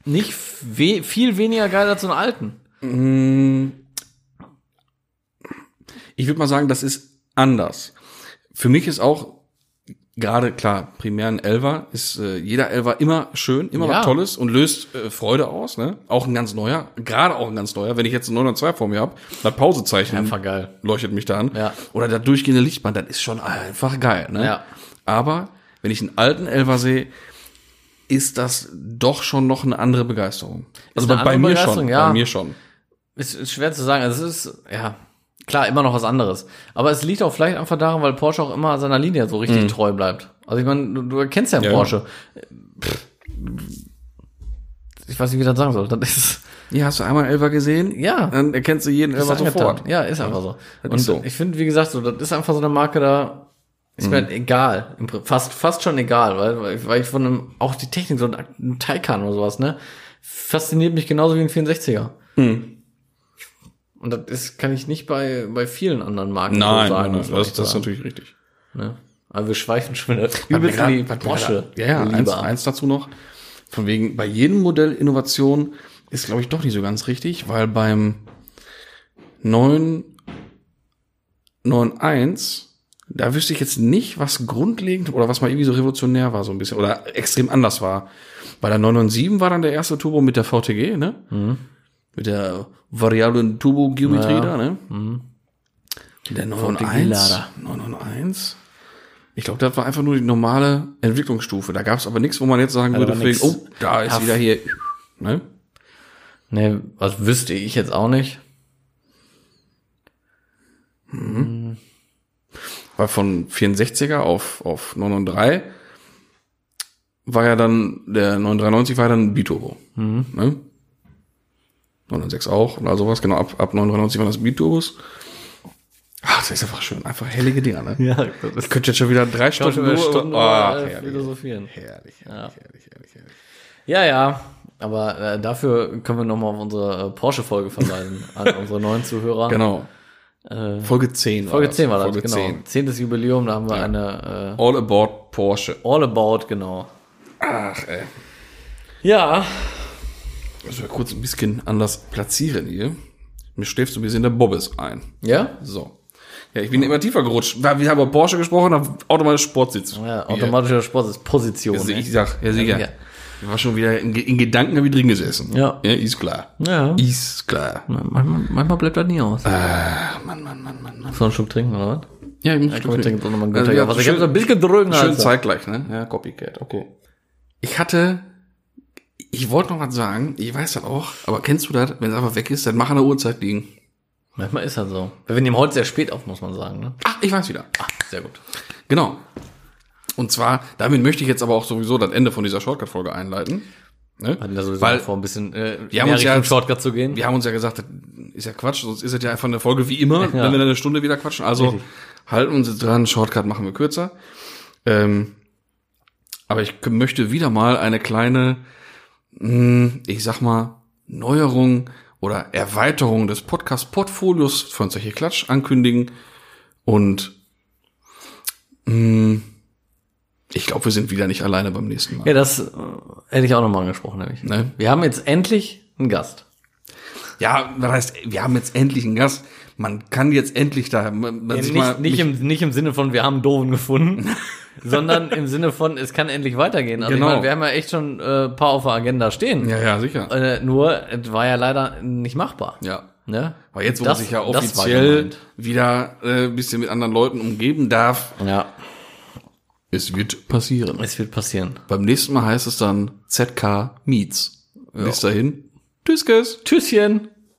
S3: nicht we viel weniger geil als so einen alten.
S1: Ich würde mal sagen, das ist anders. Für mich ist auch gerade klar, primär ein Elver ist äh, jeder Elver immer schön, immer
S3: Ja.
S1: was Tolles und löst äh, Freude aus, ne? Auch ein ganz neuer, gerade auch ein ganz neuer, wenn ich jetzt einen 902 vor mir habe, das Pausezeichen
S3: Einfach geil.
S1: leuchtet mich da an.
S3: Ja.
S1: Oder das durchgehende Lichtband, das ist schon einfach geil. Ne?
S3: Ja.
S1: Aber wenn ich einen alten Elfer sehe, ist das doch schon noch eine andere Begeisterung. Also bei,
S3: eine
S1: bei
S3: andere
S1: mir schon.
S3: Begeisterung, ja.
S1: Bei mir schon.
S3: Ist, ist schwer zu sagen. Also es ist, ja, klar, immer noch was anderes. Aber es liegt auch vielleicht einfach daran, weil Porsche auch immer seiner Linie so richtig treu bleibt. Also ich meine, du, du erkennst ja,
S1: Ja.
S3: Porsche. Pff. Ich weiß nicht, wie ich das sagen soll. Das ist,
S1: Ja, hast du einmal einen Elfer gesehen?
S3: Ja.
S1: Dann erkennst du jeden Elfer
S3: ist
S1: sofort.
S3: angetan. Ja, ist einfach so.
S1: das
S3: Und
S1: ist so.
S3: ich finde, wie gesagt, so, das ist einfach so eine Marke da, ist
S1: Mhm.
S3: mir halt egal. Im Prin- Fast, fast schon egal, weil, weil ich- weil ich von einem, auch die Technik, so ein, ein
S1: Mhm.
S3: Taycan oder sowas, ne, fasziniert mich genauso wie ein 64er. Und das ist, kann ich nicht bei, bei vielen anderen Marken
S1: Nein,
S3: so
S1: nein,
S3: sagen.
S1: nein
S3: muss
S1: das,
S3: man
S1: das,
S3: echt
S1: ist
S3: sagen.
S1: natürlich richtig.
S3: Ne? Aber wir schweifen schon wieder
S1: Hat mir
S3: übelst in die
S1: grad- hat mir
S3: Porsche.
S1: grad- Ja, ja, eins,
S3: lieber.
S1: eins dazu noch. Von wegen, bei jedem Modell Innovation ist, glaube ich, doch nicht so ganz richtig, weil beim 991, da wüsste ich jetzt nicht, was grundlegend oder was mal irgendwie so revolutionär war, so ein bisschen, oder extrem anders war. Bei der 997 war dann der erste Turbo mit der VTG, ne? Mit der variablen Turbo-Geometrie
S3: Mhm. Ja. Mhm.
S1: da, ne? Der 991,
S3: Lader.
S1: 991, ich glaube, das war einfach nur die normale Entwicklungsstufe. Da gab es aber nichts, wo man jetzt sagen würde,
S2: aber
S1: von wegen,
S2: nix.
S1: oh, da ist
S3: Taff.
S1: wieder hier. Ne?
S3: Ne, also wüsste ich jetzt auch nicht.
S1: Weil von 64er auf, auf 993 war ja dann, der 993 war ja dann Biturbo.
S3: Mhm.
S1: Ne? 996 auch oder sowas, genau, ab, ab 993 waren das Biturbos. Ach, das ist einfach schön, einfach hellige Dinger, ne?
S3: *laughs* Ja, das
S1: Ich könnte jetzt schon wieder drei
S3: kann
S1: Stunden,
S3: schon über
S1: nur- Ah,
S3: Stunden
S1: Ach,
S3: über, äh,
S1: herrlich,
S3: philosophieren.
S1: herrlich, herrlich, herrlich, herrlich, herrlich.
S3: Ja, ja. Aber äh, dafür können wir nochmal auf unsere äh,
S1: *laughs*
S3: Porsche-Folge verweisen, an unsere neuen Zuhörer.
S1: Genau.
S3: Äh,
S1: Folge 10
S3: Folge 10 war das,
S1: Folge
S3: genau.
S1: 10.
S3: Zehntes Jubiläum, da haben wir eine
S1: All Aboard Porsche.
S3: äh, All About, genau.
S1: Ach, ey.
S3: Ja,
S1: Müssen wir kurz ein bisschen anders platzieren hier. Mir schläft so ein bisschen der Bobbes ein.
S3: ja?
S1: So. Ja, ich bin immer tiefer gerutscht. Weil Wir haben über Porsche gesprochen, auf automatisch Sportsitz.
S3: ja automatischer Sport ist Position. ne?
S1: Also
S3: ey.
S1: ich sag, ja sicher.
S3: Ja.
S1: Ich war schon wieder in, Ge- in Gedanken hab ich drin gesessen.
S3: Ja.
S1: ja. Ist klar.
S3: Ja.
S1: Ist klar.
S3: Manchmal, manchmal bleibt das nie aus.
S1: Ah, Mann, Mann, Mann, Mann, Mann.
S3: So einen Schluck trinken, oder was?
S1: Ja, ich muss ja,
S3: komm, ich trinke doch nochmal einen Günther.
S1: ja,
S3: Ja, was ich hab so
S1: schön,
S3: ein bisschen drüben
S1: schön
S3: Alter.
S1: zeitgleich, ne? Ja, Copycat, okay. Ich hatte, ich wollte noch was sagen, ich weiß das auch, aber kennst du das, wenn es einfach weg ist, dann mach an der Uhrzeit liegen.
S3: Manchmal ist das so. Wir nehmen heute sehr spät auf, muss man sagen. Ne?
S1: Ach, ich weiß wieder.
S3: Ah, sehr gut.
S1: Genau. Und zwar, damit möchte ich jetzt aber auch sowieso das Ende von dieser Shortcut-Folge einleiten. Ne?
S3: Hatten wir sowieso
S1: Weil
S3: vor, ein bisschen äh,
S1: haben
S3: mehr
S1: uns ja-
S3: Richtung Shortcut zu gehen.
S1: wir haben uns ja gesagt, das ist ja Quatsch, sonst ist es ja einfach eine Folge wie immer, wenn wir dann eine Stunde wieder quatschen. Also halten uns jetzt dran, Shortcut machen wir kürzer. Ähm, aber ich k- möchte wieder mal eine kleine, mh, ich sag mal, Neuerung oder Erweiterung des Podcast-Portfolios von solche Klatsch ankündigen. Und mh, ich glaube, wir sind wieder nicht alleine beim nächsten Mal.
S3: Ja, das äh, hätte ich auch nochmal angesprochen, nämlich.
S1: Ne?
S3: Wir haben jetzt endlich einen Gast.
S1: Ja, das heißt, wir haben jetzt endlich einen Gast. Man kann jetzt endlich da. Man, man sich
S3: nicht,
S1: mal-
S3: nicht, im, nicht im Sinne von, wir haben einen Doofen gefunden, *laughs* sondern im Sinne von, es kann endlich weitergehen. Also
S1: Genau.
S3: ich meine, wir haben ja echt schon äh, ein paar auf der Agenda stehen.
S1: Ja, ja, sicher.
S3: Äh, nur, es war ja leider nicht machbar.
S1: Ja.
S3: Ne?
S1: Aber jetzt, wo
S3: Das-
S1: man sich ja
S3: das war
S1: offiziell
S3: gemeint.
S1: wieder äh, ein bisschen mit anderen Leuten umgeben darf,
S3: Ja,
S1: es wird passieren.
S3: es wird passieren.
S1: Beim nächsten Mal heißt es dann ZK Meets. Bis dahin. Tschüss, guys.
S3: Tschüsschen!